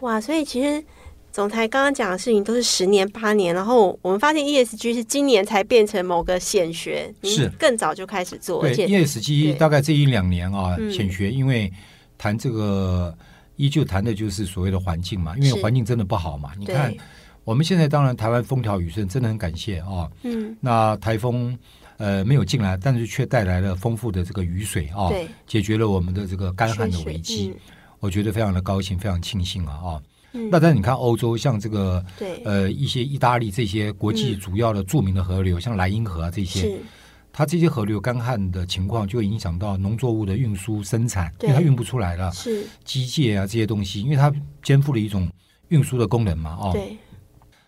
Speaker 2: 哇，所以其实总裁刚刚讲的事情都是十年八年，然后我们发现 ESG 是今年才变成某个显学，您
Speaker 3: 是
Speaker 2: 更早就开始做，而
Speaker 3: 对
Speaker 2: 且对
Speaker 3: ，ESG 大概这一两年啊
Speaker 2: 嗯，
Speaker 3: 显学，因为谈这个依旧谈的就是所谓的环境嘛，因
Speaker 2: 是
Speaker 3: 为环境真的不好嘛。你看
Speaker 2: 对，
Speaker 3: 我们现在当然台湾风调雨顺，真的很感谢啊。
Speaker 2: 嗯，
Speaker 3: 那台风呃没有进来，但是却带来了丰富的这个雨水啊，
Speaker 2: 对，嗯
Speaker 3: 解决了我们的这个干旱的
Speaker 2: 确实
Speaker 3: 危机，，我觉得非常的高兴，非常庆幸啊啊。
Speaker 2: 嗯，
Speaker 3: 那
Speaker 2: 嗯
Speaker 3: 但你看欧洲像这个
Speaker 2: 对，
Speaker 3: 呃一些意大利这些国际
Speaker 2: 嗯
Speaker 3: 主要的著名的河流，像莱茵河啊这些。
Speaker 2: 是，
Speaker 3: 它这些河流干旱的情况，就会影响到农作物的运输生产，
Speaker 2: 对
Speaker 3: 因为它运不出来了，
Speaker 2: 是，
Speaker 3: 机械啊这些东西，因为它肩负了一种运输的功能嘛，哦，
Speaker 2: 对，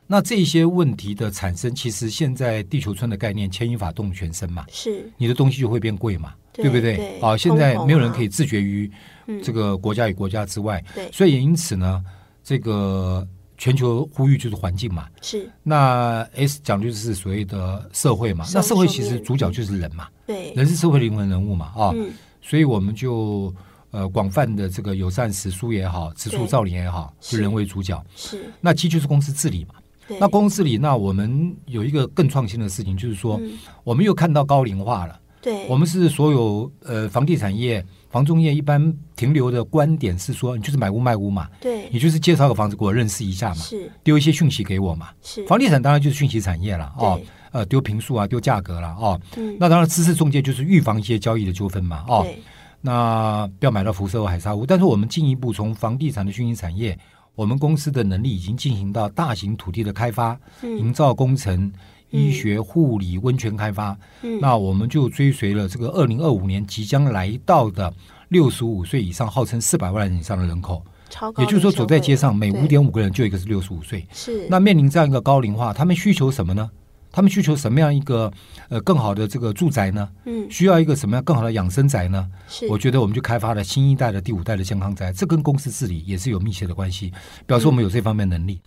Speaker 3: 那这些问题的产生，其实现在地球村的概念，牵一发动全身嘛，
Speaker 2: 是，
Speaker 3: 你的东西就会变贵嘛，
Speaker 2: 对
Speaker 3: 不
Speaker 2: 对
Speaker 3: 对？啊，现在
Speaker 2: 通膨啊
Speaker 3: 没有人可以自绝于
Speaker 2: 嗯，
Speaker 3: 这个国家与国家之外，
Speaker 2: 对，
Speaker 3: 所以也因此呢，这个全球呼吁就是环境嘛，
Speaker 2: 是，
Speaker 3: 那 S 讲的就是所谓的社会嘛，那社会其
Speaker 2: 社
Speaker 3: 实
Speaker 2: 会
Speaker 3: 主角就是人嘛，
Speaker 2: 对，
Speaker 3: 人是社会灵魂人物嘛，啊。
Speaker 2: 嗯，
Speaker 3: 所以我们就呃广泛的这个友善实书也好，植
Speaker 2: 对
Speaker 3: 树造林也好，
Speaker 2: 是
Speaker 3: 就人为主角。
Speaker 2: 是，
Speaker 3: 那其实就是公司治理嘛。
Speaker 2: 对，
Speaker 3: 那公司治理，那我们有一个更创新的事情，就是说、
Speaker 2: 嗯
Speaker 3: 我们又看到高龄化了。
Speaker 2: 对，
Speaker 3: 我们是所有呃房地产业、房仲业一般停留的观点是说，你就是买屋卖屋嘛，
Speaker 2: 对
Speaker 3: 你，就是介绍个房子给我认识一下嘛，
Speaker 2: 是
Speaker 3: 丢一些讯息给我嘛。
Speaker 2: 是，
Speaker 3: 房地产当然就是讯息产业了哦
Speaker 2: 嗯对，
Speaker 3: 呃，丢平数啊，丢价格了哦。
Speaker 2: 嗯，
Speaker 3: 那当然，知识中介就是预防一些交易的纠纷嘛哦。
Speaker 2: 对，
Speaker 3: 那不要买到辐射或海沙屋。但是我们进一步从房地产的讯息产业，我们公司的能力已经进行到大型土地的开发、
Speaker 2: 嗯
Speaker 3: 营造工程、
Speaker 2: 嗯
Speaker 3: 医学护理、温泉开发。
Speaker 2: 嗯，
Speaker 3: 那我们就追随了这个二零二五年即将来到的六十五岁以上，号称四百万人以上的人口，
Speaker 2: 超高
Speaker 3: 也
Speaker 2: 龄
Speaker 3: 就是说，走在街上每
Speaker 2: 对
Speaker 3: 五点五个人就有一个是六十五岁。
Speaker 2: 是
Speaker 3: 那面临这样一个高龄化，他们需求什么呢？他们需求什么样一个呃更好的这个住宅呢？
Speaker 2: 嗯
Speaker 3: 需要一个什么样更好的养生宅呢？
Speaker 2: 是
Speaker 3: 我觉得我们就开发了新一代的第五代的健康宅，这跟公司治理也是有密切的关系，表示我们有这方面能力。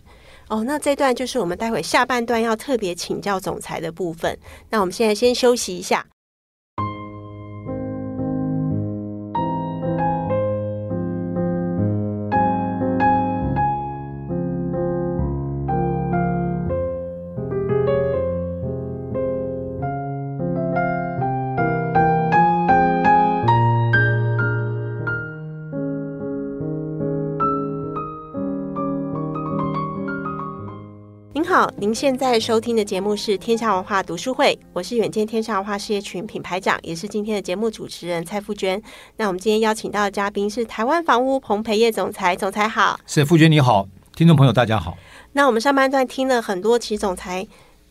Speaker 2: 哦，那这段就是我们待会下半段要特别请教总裁的部分。那我们现在先休息一下。您好，您现在收听的节目是《天下文化读书会》，我是远见天下文化事业群品牌长，也是今天的节目主持人蔡富娟。那我们今天邀请到的嘉宾是台湾房屋彭培业总裁，总裁好。
Speaker 3: 是傅娟你好，听众朋友大家好。
Speaker 2: 那我们上半段听了很多，其实总裁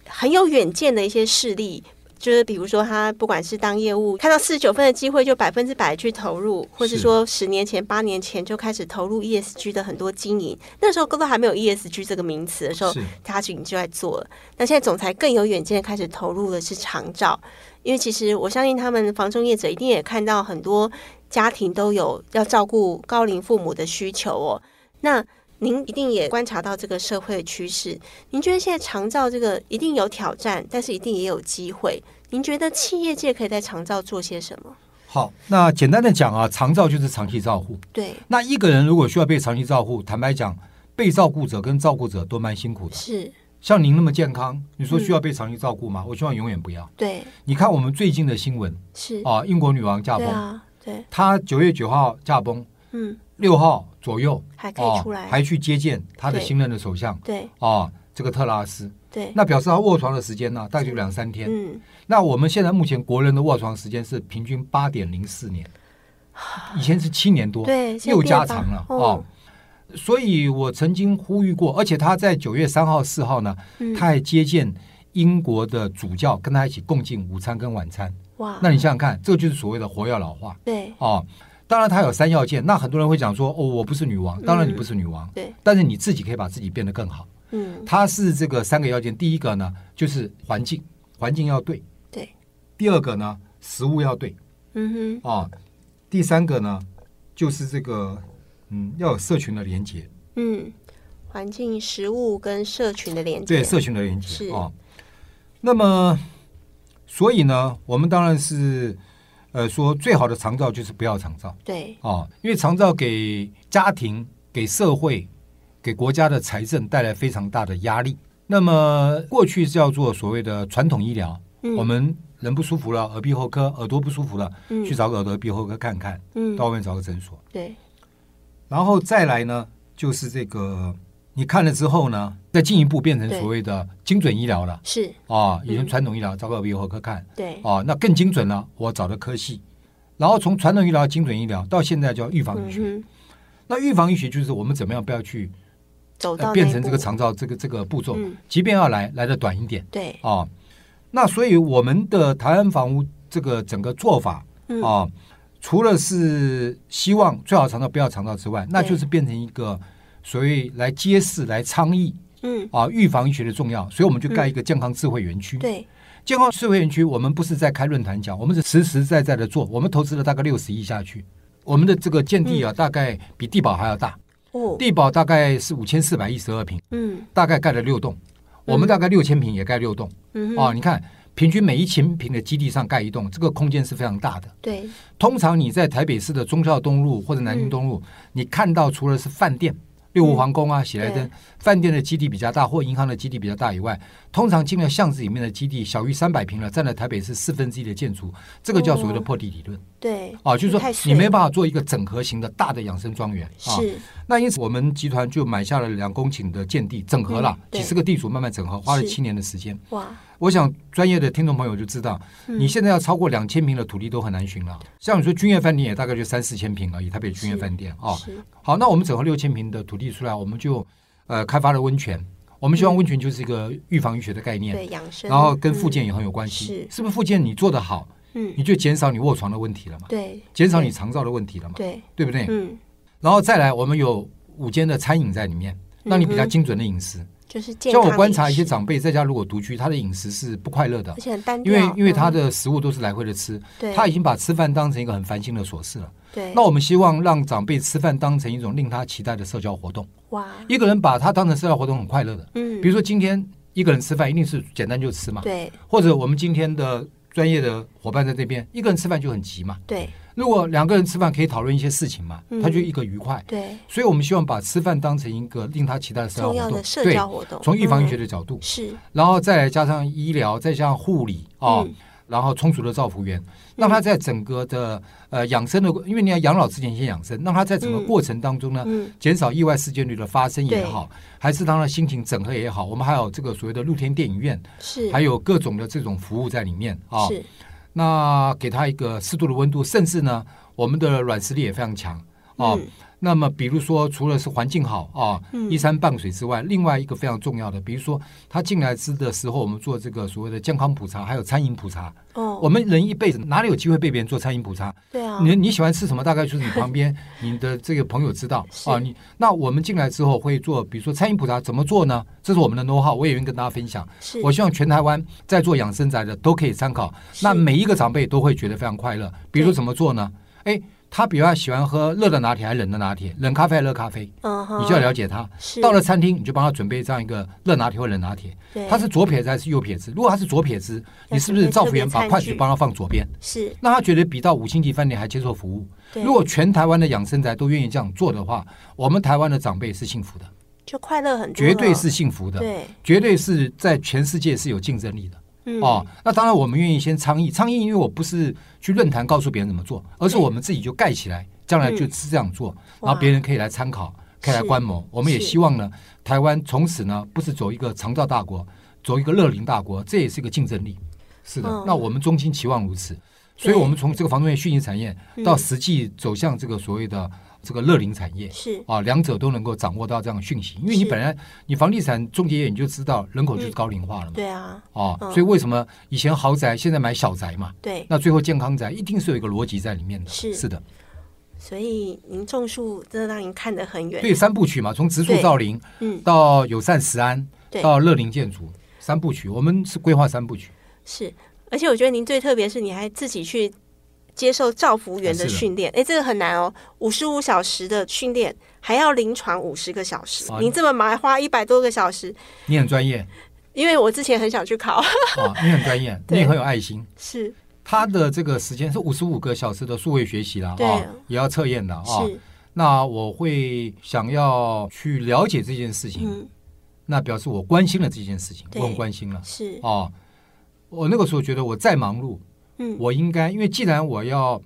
Speaker 2: 很有远见的一些事例，就是比如说他不管是当业务，看到四十九分的机会就百分之百去投入，或是
Speaker 3: 是
Speaker 2: 说十年前、八年前就开始投入 ESG 的很多经营，那时候都还没有 ESG 这个名词的时候
Speaker 3: 是，
Speaker 2: 他就已经就在做了。那现在总裁更有远见，开始投入的是长照，因为其实我相信他们房中业者一定也看到很多家庭都有要照顾高龄父母的需求哦。那您一定也观察到这个社会的趋势，您觉得现在长照这个一定有挑战，但是一定也有机会。您觉得企业界可以在长照做些什么？
Speaker 3: 好，那简单的讲啊，长照就是长期照护。
Speaker 2: 对，
Speaker 3: 那一个人如果需要被长期照护，坦白讲，被照顾者跟照顾者都蛮辛苦的。
Speaker 2: 是，
Speaker 3: 像您那么健康，你说需要被长期照顾吗？
Speaker 2: 嗯
Speaker 3: 我希望永远不要。
Speaker 2: 对，
Speaker 3: 你看我们最近的新闻
Speaker 2: 是，
Speaker 3: 啊，英国女王驾
Speaker 2: 对
Speaker 3: 崩，
Speaker 2: 啊，对，
Speaker 3: 她九月九号驾崩，
Speaker 2: 嗯，
Speaker 3: 六号左右
Speaker 2: 还可以出来，
Speaker 3: 啊哦还去接见她的
Speaker 2: 对
Speaker 3: 新任的首相
Speaker 2: 对，
Speaker 3: 啊，这个特拉斯。
Speaker 2: 对，
Speaker 3: 那表示她卧床的时间呢，大概就两三天。
Speaker 2: 嗯，
Speaker 3: 那我们现在目前国人的卧床时间是平均八点零
Speaker 2: (sighs)
Speaker 3: 四年，以前是七年多。
Speaker 2: 啊对，现在
Speaker 3: 又
Speaker 2: 变
Speaker 3: 加
Speaker 2: 吧
Speaker 3: 长了
Speaker 2: 哦
Speaker 3: 哦，。所以我曾经呼吁过，而且他在九月三号、四号呢，
Speaker 2: 嗯
Speaker 3: 他还接见英国的主教，跟他一起共进午餐跟晚餐。
Speaker 2: 哇，
Speaker 3: 那你想想看，这就是所谓的活药老化
Speaker 2: 对
Speaker 3: 哦。当然，他有三要件。那很多人会讲说：“哦，我不是女王。”当然，你不是女王，
Speaker 2: 对，
Speaker 3: 但是你自己可以把自己变得更好。
Speaker 2: 嗯，
Speaker 3: 它是这个三个要件，第一个呢就是环境，环境要对；
Speaker 2: 对，
Speaker 3: 第二个呢食物要对
Speaker 2: 嗯
Speaker 3: 啊、哦第三个呢就是这个嗯要有社群的连接。
Speaker 2: 哼，嗯，环境、食物跟社群的连接，
Speaker 3: 对社群的连接
Speaker 2: 是
Speaker 3: 啊、哦那么，所以呢，我们当然是呃说最好的长照就是不要长照
Speaker 2: 对，
Speaker 3: 啊、哦因为长照给家庭、给社会、给国家的财政带来非常大的压力。那么过去叫做所谓的传统医疗，
Speaker 2: 嗯
Speaker 3: 我们人不舒服了，耳鼻喉科耳朵不舒服了，
Speaker 2: 嗯
Speaker 3: 去找个耳朵鼻喉科看看，
Speaker 2: 嗯，
Speaker 3: 到外面找个诊所，
Speaker 2: 对，
Speaker 3: 然后再来呢，就是这个你看了之后呢，再进一步变成
Speaker 2: 对
Speaker 3: 所谓的精准医疗了。
Speaker 2: 是，
Speaker 3: 啊，以前传统医疗找个耳鼻喉科看
Speaker 2: 对，
Speaker 3: 啊，那更精准了，我找的科系，然后从传统医疗、精准医疗到现在叫预防
Speaker 2: 嗯
Speaker 3: 医学。
Speaker 2: 哼，
Speaker 3: 那预防医学就是我们怎么样不要去、
Speaker 2: 走
Speaker 3: 呃
Speaker 2: 到
Speaker 3: 变
Speaker 2: 那一
Speaker 3: 成这
Speaker 2: 步
Speaker 3: 个，长照这个这个步骤，
Speaker 2: 嗯
Speaker 3: 即便要来来的短一点
Speaker 2: 对，
Speaker 3: 啊。那所以我们的台湾房屋这个整个做法
Speaker 2: 嗯
Speaker 3: 啊，除了是希望最好长照不要长照之外，那
Speaker 2: 对
Speaker 3: 就是变成一个所谓来揭示、来倡议
Speaker 2: 嗯，
Speaker 3: 啊预防医学的重要，所以我们就盖一个健康智慧园区。
Speaker 2: 对，
Speaker 3: 健康智慧园区，我们不是在开论坛讲，我们是实实在在的做。我们投资了大概六十亿下去，我们的这个建
Speaker 2: 嗯
Speaker 3: 地啊，大概比地堡还要大。
Speaker 2: 哦，
Speaker 3: 地堡大概是五千四百一十二平，
Speaker 2: 嗯
Speaker 3: 大概盖了六栋，我们大概六千平也盖六栋
Speaker 2: 嗯哼，
Speaker 3: 啊。你看，平均每一千平的基地上盖一栋，这个空间是非常大的。
Speaker 2: 对，
Speaker 3: 通常你在台北市的忠孝东路或者南京东路，你看到除了是饭店。六
Speaker 2: 嗯
Speaker 3: 湖皇宫啊，喜来登
Speaker 2: 对
Speaker 3: 饭店的基地比较大，或银行的基地比较大以外，通常进了巷子里面的基地小于三百平了，占了台北市四分之一的建筑，这个叫所谓的
Speaker 2: 哦
Speaker 3: 破地理论。
Speaker 4: 对
Speaker 3: 啊，就是说
Speaker 4: 太碎
Speaker 3: 你没办法做一个整合型的大的养生庄园啊。
Speaker 4: 是
Speaker 3: 那因此我们集团就买下了两公顷的建地，整合了
Speaker 4: 嗯对
Speaker 3: 几十个地主慢慢整合，花了
Speaker 4: 是
Speaker 3: 七年的时间。
Speaker 4: 哇，
Speaker 3: 我想专业的听众朋友就知道，你现在要超过两千平的土地都很难寻了。像你说君悦饭店也大概就三四千平而已，台北君悦饭店啊。
Speaker 4: 是
Speaker 3: 好，那我们整合六千平的土地出来，我们就呃开发了温泉。我们希望温泉就是一个预防医学的概念，
Speaker 4: 对养生，
Speaker 3: 然后跟
Speaker 2: 嗯
Speaker 3: 附件也很有关系。
Speaker 4: 是
Speaker 3: 是不是附件你做得好，
Speaker 4: 嗯，
Speaker 3: 你就减少你卧床的问题了嘛
Speaker 4: 嗯，对
Speaker 3: 减少你肠燥的问题了嘛，
Speaker 4: 对，
Speaker 3: 对不对？
Speaker 4: 嗯，
Speaker 3: 然后再来，我们有五间的餐饮在里面，让你比较精准的饮食。
Speaker 4: 就是嗯健
Speaker 3: 像
Speaker 4: 康的饮食。
Speaker 3: 我观察一些长辈在家如果独居，他的饮食是不快乐的
Speaker 4: 而，且很单调，
Speaker 3: 因为因为他
Speaker 4: 嗯
Speaker 3: 的食物都是来回的吃，
Speaker 4: 对
Speaker 3: 他已经把吃饭当成一个很烦心的琐事了。
Speaker 4: 对
Speaker 3: 那我们希望让长辈吃饭当成一种令他期待的社交活动，
Speaker 4: 哇
Speaker 3: 一个人把它当成社交活动很快乐的。
Speaker 4: 嗯
Speaker 3: 比如说今天一个人吃饭一定是简单就吃嘛，
Speaker 4: 对
Speaker 3: 或者我们今天的专业的伙伴在这边，一个人吃饭就很急嘛。
Speaker 4: 对
Speaker 3: 如果两个人吃饭可以讨论一些事情嘛，
Speaker 4: 嗯
Speaker 3: 他就一个愉快。
Speaker 4: 对
Speaker 3: 所以我们希望把吃饭当成一个令他期待的社交
Speaker 4: 重要
Speaker 3: 活
Speaker 4: 的
Speaker 3: 动，
Speaker 4: 社交活动，
Speaker 3: 对，从预防医学
Speaker 4: 嗯
Speaker 3: 的角度，
Speaker 4: 是
Speaker 3: 然后再来加上医疗，再加上护理啊、哦
Speaker 4: 嗯
Speaker 3: 然后充足的照护员，让他在整个的呃养生的，因为你要养老之前先养生，让他在整个
Speaker 4: 嗯
Speaker 3: 过程当中呢，
Speaker 4: 嗯
Speaker 3: 减少意外事件率的发生也
Speaker 4: 对
Speaker 3: 好，还是让他心情整合也好，我们还有这个所谓的露天电影院，
Speaker 4: 是
Speaker 3: 还有各种的这种服务在里面啊、
Speaker 4: 是
Speaker 3: 那给他一个适度的温度，甚至呢，我们的软实力也非常强啊、
Speaker 4: 嗯
Speaker 3: 那么，比如说，除了是环境好啊，依山傍水之外，另外一个非常重要的，比如说他进来吃的时候，我们做这个所谓的健康普查，还有餐饮普查。
Speaker 4: 哦
Speaker 3: 我们人一辈子哪里有机会被别人做餐饮普查？
Speaker 4: 对啊
Speaker 3: 你你喜欢吃什么，大概就是你旁边你的这个朋友知道
Speaker 4: (laughs) 是
Speaker 3: 啊。你那我们进来之后会做，比如说餐饮普查怎么做呢？这是我们的 know how，我也愿意跟大家分享。
Speaker 4: 是嗯
Speaker 3: 我希望全台湾在做养生宅的都可以参考，那每一个长辈都会觉得非常快乐。比如说怎么做呢？诶，他比较喜欢喝热的拿铁还是冷的拿铁，冷咖啡还是热咖啡，
Speaker 4: 嗯哼
Speaker 3: 你就要了解他。
Speaker 4: 是
Speaker 3: 到了餐厅，你就帮他准备这样一个热拿铁或冷拿铁
Speaker 4: 对。
Speaker 3: 他是左撇子还是右撇子？如果他是左撇子，你是不
Speaker 4: 准
Speaker 3: 是
Speaker 4: 备
Speaker 3: 造
Speaker 4: 特
Speaker 3: 福
Speaker 4: 别
Speaker 3: 员把
Speaker 4: 餐
Speaker 3: 筷
Speaker 4: 具
Speaker 3: 子帮他放左边？
Speaker 4: 是
Speaker 3: 那他觉得比到五星级饭店还接受服务。
Speaker 4: 对
Speaker 3: 如果全台湾的养生宅都愿意这样做的话，我们台湾的长辈是幸福的，
Speaker 4: 就快乐很多了，
Speaker 3: 绝对是幸福的。
Speaker 4: 对
Speaker 3: 绝对是在全世界是有竞争力的。
Speaker 4: 嗯
Speaker 3: 哦，那当然，我们愿意先倡议，倡议，因为我不是去论坛告诉别人怎么做，而是我们自己就盖起来，将来就是这样做，
Speaker 4: 嗯哇
Speaker 3: 然后别人可以来参考，可以来观摩。我们也
Speaker 4: 是
Speaker 3: 希望呢，台湾从此呢，不是走一个长照大国，走一个乐龄大国，这也是一个竞争力。是的，
Speaker 4: 嗯
Speaker 3: 那我们衷心期望如此。所以，我们从这个房仲业虚拟产业到实际走向这个所谓的这个乐龄产业，
Speaker 4: 是
Speaker 3: 啊，两者都能够掌握到这样的讯息，因为你
Speaker 4: 是嗯
Speaker 3: 本来你房地产中介业你就知道人口就是高龄化了嘛，
Speaker 4: 对啊
Speaker 3: 啊，
Speaker 4: 嗯
Speaker 3: 所以为什么以前豪宅现在买小宅嘛，
Speaker 4: 对，
Speaker 3: 那最后健康宅一定是有一个逻辑在里面的，
Speaker 4: 是
Speaker 3: 的，
Speaker 4: 所以您种树真的让您看得很远，
Speaker 3: 对三部曲嘛，从植树
Speaker 4: 对
Speaker 3: 造林
Speaker 4: 嗯
Speaker 3: 到友善食安
Speaker 4: 对，
Speaker 3: 到乐龄建筑三部曲，我们是规划三
Speaker 4: (laughs)
Speaker 3: 部曲，
Speaker 4: 是，而且我觉得您最特别是你还自己去接受照服员
Speaker 3: 啊是
Speaker 4: 的
Speaker 3: 的
Speaker 4: 训练，哎、这个很难哦，五十五小时的训练，还要临床五十个小时，
Speaker 3: 啊
Speaker 4: 您这么忙还花一百多个小时，
Speaker 3: 你很专业
Speaker 4: 因为我之前很想去考，
Speaker 3: 啊，你很专业，你
Speaker 4: (laughs) 对
Speaker 3: 也很有爱心。
Speaker 4: 是
Speaker 3: 他的这个时间是五十五个小时的数位学习啦，
Speaker 4: 对
Speaker 3: 啊，也要测验的啊。
Speaker 4: 是，
Speaker 3: 那我会想要去了解这件事情，
Speaker 4: 嗯
Speaker 3: 那表示我关心了这件事情，
Speaker 4: 对
Speaker 3: 我很关心了
Speaker 4: 是，
Speaker 3: 哦。我那个时候觉得我再忙碌，
Speaker 4: 嗯
Speaker 3: 我应该因为既然我要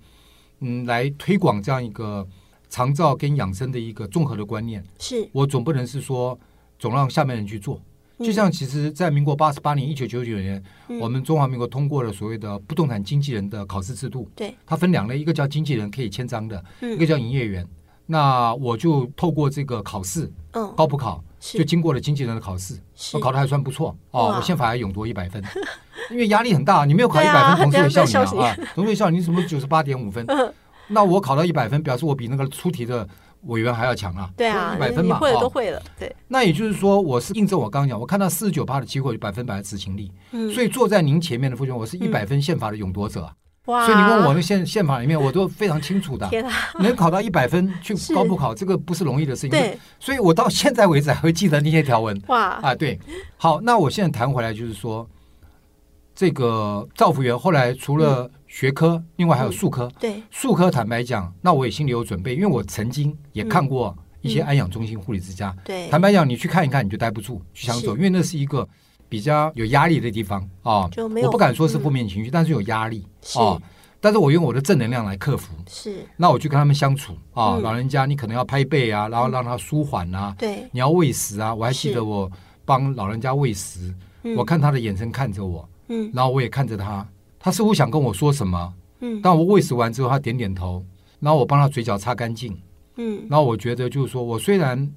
Speaker 3: 嗯来推广这样一个长照跟养生的一个综合的观念，
Speaker 4: 是
Speaker 3: 我总不能是说总让下面人去做。
Speaker 4: 嗯
Speaker 3: 就像其实，在民国八十八年（一九九九年），我们中华民国通过了所谓的不动产经纪人的考试制度。
Speaker 4: 对，
Speaker 3: 它分两类，一个叫经纪人可以签章的，
Speaker 4: 嗯
Speaker 3: 一个叫营业员。那我就透过这个考试，
Speaker 4: 嗯
Speaker 3: 高普考就是经过了经纪人的考试，
Speaker 4: 是
Speaker 3: 我考的还算不错哦
Speaker 4: 哇，
Speaker 3: 我宪法还勇夺一百分，因为压力很大，你没有考一
Speaker 4: 对啊
Speaker 3: 百分，同
Speaker 4: 对啊
Speaker 3: 事也
Speaker 4: 对啊
Speaker 3: 笑你啊，啊同事也笑你怎么九十八点五分，
Speaker 4: 嗯
Speaker 3: (laughs) 那我考到一百分，表示我比那个出题的委员还要强啊，
Speaker 4: 对啊
Speaker 3: 一，百分
Speaker 4: 你
Speaker 3: 嘛，
Speaker 4: 会了都
Speaker 3: 啊，
Speaker 4: 会了，对，
Speaker 3: 那也就是说我是印证我刚刚讲，我看到四十九趴的机会，百分百的执行力，
Speaker 4: 嗯
Speaker 3: 所以坐在您前面的傅兄，我是一百分宪法的勇夺者啊，
Speaker 4: 哇，
Speaker 3: 所以你问我那宪宪法里面，我都非常清楚的，
Speaker 4: 天啊，
Speaker 3: 能考到一百分去
Speaker 4: 是
Speaker 3: 高普考，这个不是容易的事情，
Speaker 4: 对，
Speaker 3: 所以我到现在为止还会记得那些条文。
Speaker 4: 哇，
Speaker 3: 啊，对，好，那我现在谈回来就是说，这个造福员后来除了
Speaker 4: 嗯
Speaker 3: 学科，另外还有术科。
Speaker 4: 对，
Speaker 3: 术科坦白讲，那我也心里有准备，因为我曾经也看过一些安养中心、护理之家。
Speaker 4: 嗯对，
Speaker 3: 坦白讲，你去看一看，你就待不住，就想
Speaker 4: 是
Speaker 3: 走，因为那是一个比较有压力的地方啊。
Speaker 4: 就没有嗯
Speaker 3: 我不敢说是负面情绪，但是有压力
Speaker 4: 是
Speaker 3: 啊。但是我用我的正能量来克服。
Speaker 2: 是
Speaker 3: 那我去跟他们相处啊，
Speaker 2: 嗯
Speaker 3: 老人家你可能要拍背啊，然
Speaker 4: 嗯
Speaker 3: 后让他舒缓啊，
Speaker 2: 对，
Speaker 3: 你要喂食啊。我还记
Speaker 2: 是
Speaker 3: 得我帮老人家喂食，我看他的眼神看着我，
Speaker 2: 嗯
Speaker 3: 然后我也看着他，他似乎想跟我说什么，
Speaker 2: 嗯
Speaker 3: 但我喂食完之后，他点点头，然后我帮他嘴角擦干净，
Speaker 2: 嗯，
Speaker 3: 然后我觉得就是说我虽然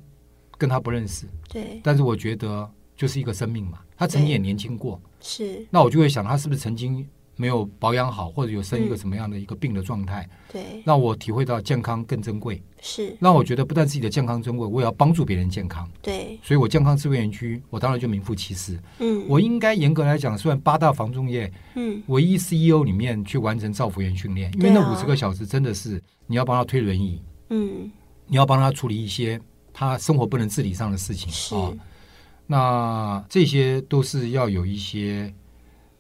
Speaker 3: 跟他不认识，
Speaker 2: 对，
Speaker 3: 但是我觉得就是一个生命嘛，他曾经
Speaker 2: 对
Speaker 3: 也年轻过，
Speaker 2: 是，
Speaker 3: 那我就会想他是不是曾经没有保养好，或者有生一
Speaker 2: 嗯
Speaker 3: 个什么样的一个病的状态，
Speaker 2: 对，
Speaker 3: 让我体会到健康更珍贵，
Speaker 2: 是，
Speaker 3: 让我觉得不但自己的健康珍贵，我也要帮助别人健康。
Speaker 2: 对，
Speaker 3: 所以我健康志愿区，我当然就名副其实。
Speaker 2: 嗯，
Speaker 3: 我应该严格来讲，算八大防重业
Speaker 2: 嗯，
Speaker 3: 唯一 CEO 里面去完成造福员训练，因
Speaker 2: 对
Speaker 3: 为
Speaker 2: 啊
Speaker 3: 那五十个小时真的是你要帮他推轮椅，
Speaker 2: 嗯，
Speaker 3: 你要帮他处理一些他生活不能自理上的事情
Speaker 2: 是，
Speaker 3: 啊、那这些都是要有一些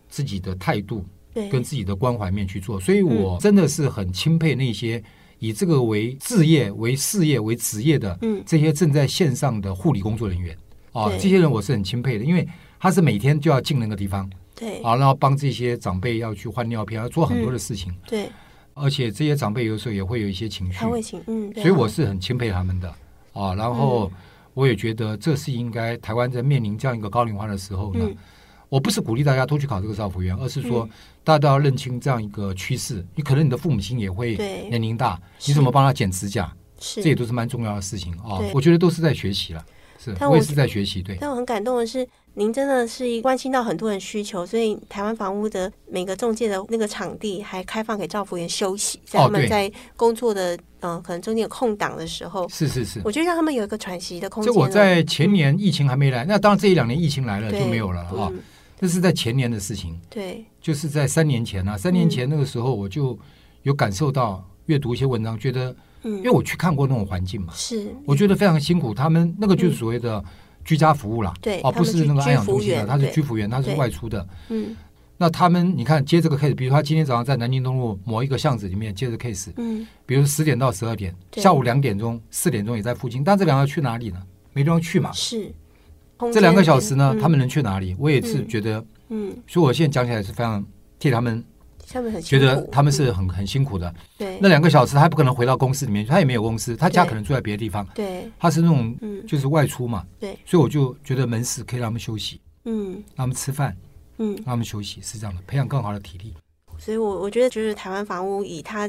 Speaker 3: 自己的态度
Speaker 2: 对，
Speaker 3: 跟自己的关怀面去做，所以
Speaker 2: 嗯
Speaker 3: 我真的是很钦佩那些以这个为置业、为事业、为职业的
Speaker 2: 嗯
Speaker 3: 这些正在线上的护理工作人员啊，
Speaker 2: 对
Speaker 3: 这些人我是很钦佩的，因为他是每天就要进那个地方
Speaker 2: 对，嗯
Speaker 3: 啊，然后帮这些长辈要去换尿片，要做很多的事情，
Speaker 2: 对，
Speaker 3: 而且这些长辈有时候也会有一些情绪
Speaker 2: 他，会请，嗯，对
Speaker 3: 所以
Speaker 2: 啊嗯
Speaker 3: 我是很钦佩他们的啊。然后我也觉得这是应该台湾在面临这样一个高龄化的时候呢，
Speaker 2: 嗯
Speaker 3: 我不是鼓励大家都去考这个少辅员，而是说大家都要认清这样一个趋势。你可能你的父母亲也会
Speaker 2: 对
Speaker 3: 年龄大，
Speaker 2: 是
Speaker 3: 你怎么帮他剪指甲，
Speaker 2: 是
Speaker 3: 这也都是蛮重要的事情啊
Speaker 2: 对。
Speaker 3: 我觉得都是在学习了，是
Speaker 2: 但
Speaker 3: 我也
Speaker 2: 我
Speaker 3: 是在学习，对。
Speaker 2: 但我很感动的是，您真的是一关心到很多人需求，所以台湾房屋的每个中介的那个场地还开放给照服员休息，在
Speaker 3: 哦
Speaker 2: 他们
Speaker 3: 对
Speaker 2: 在工作的嗯、呃可能中间有空档的时候，
Speaker 3: 是是是，
Speaker 2: 我觉啊得让他们有一个喘息的空
Speaker 3: 这
Speaker 2: 间了。
Speaker 3: 我在前年疫情还没来，那当然这一两年疫情来了
Speaker 2: 对
Speaker 3: 就没有了啊。
Speaker 2: 嗯
Speaker 3: 那是在前年的事情，
Speaker 2: 对
Speaker 3: 就是在三年前
Speaker 2: 嗯
Speaker 3: 啊，三年前那个时候我就有感受到阅读一些文章，觉得，
Speaker 2: 嗯
Speaker 3: 因为我去看过那种环境嘛，
Speaker 2: 是，
Speaker 3: 我觉得非常辛苦。他们那个就是所谓的居家服务啦，
Speaker 2: 嗯对他
Speaker 3: 哦，不
Speaker 2: 们
Speaker 3: 是那个
Speaker 2: 居
Speaker 3: 安养中
Speaker 2: 居服
Speaker 3: 心的，
Speaker 2: 员
Speaker 3: 他是
Speaker 2: 对
Speaker 3: 居服员，他是
Speaker 2: 对
Speaker 3: 外出的。
Speaker 2: 嗯
Speaker 3: 那他们，你看接这个 case，比如他今天早上在南京东路某一个巷子里面接着 case，
Speaker 2: 嗯
Speaker 3: 比如十点到十二点，
Speaker 2: 对
Speaker 3: 下午两点钟、四点钟也在附近，但这两个去哪里呢？没地方去嘛。
Speaker 2: 是，
Speaker 3: 啊这两个小时呢，
Speaker 2: 空间
Speaker 3: 他们能去哪里？我也是
Speaker 2: 嗯
Speaker 3: 觉得，
Speaker 2: 嗯嗯，
Speaker 3: 所以我现在讲起来是非常替他们，
Speaker 2: 他们很
Speaker 3: 觉
Speaker 2: 辛苦
Speaker 3: 得他们是很很辛苦的。
Speaker 2: 对
Speaker 3: 那两个小时，他不可能回到公司里面去，他也没有公司，他家
Speaker 2: 对
Speaker 3: 可能住在别的地方，
Speaker 2: 对
Speaker 3: 他是那种
Speaker 2: 嗯
Speaker 3: 就是外出嘛，
Speaker 2: 对，
Speaker 3: 所以我就觉得门市可以让他们休息，
Speaker 2: 嗯
Speaker 3: 让他们吃饭，
Speaker 2: 嗯
Speaker 3: 让他们休息，是这样的，培养更好的体力。
Speaker 2: 所以我，我觉得就是台湾房屋以它，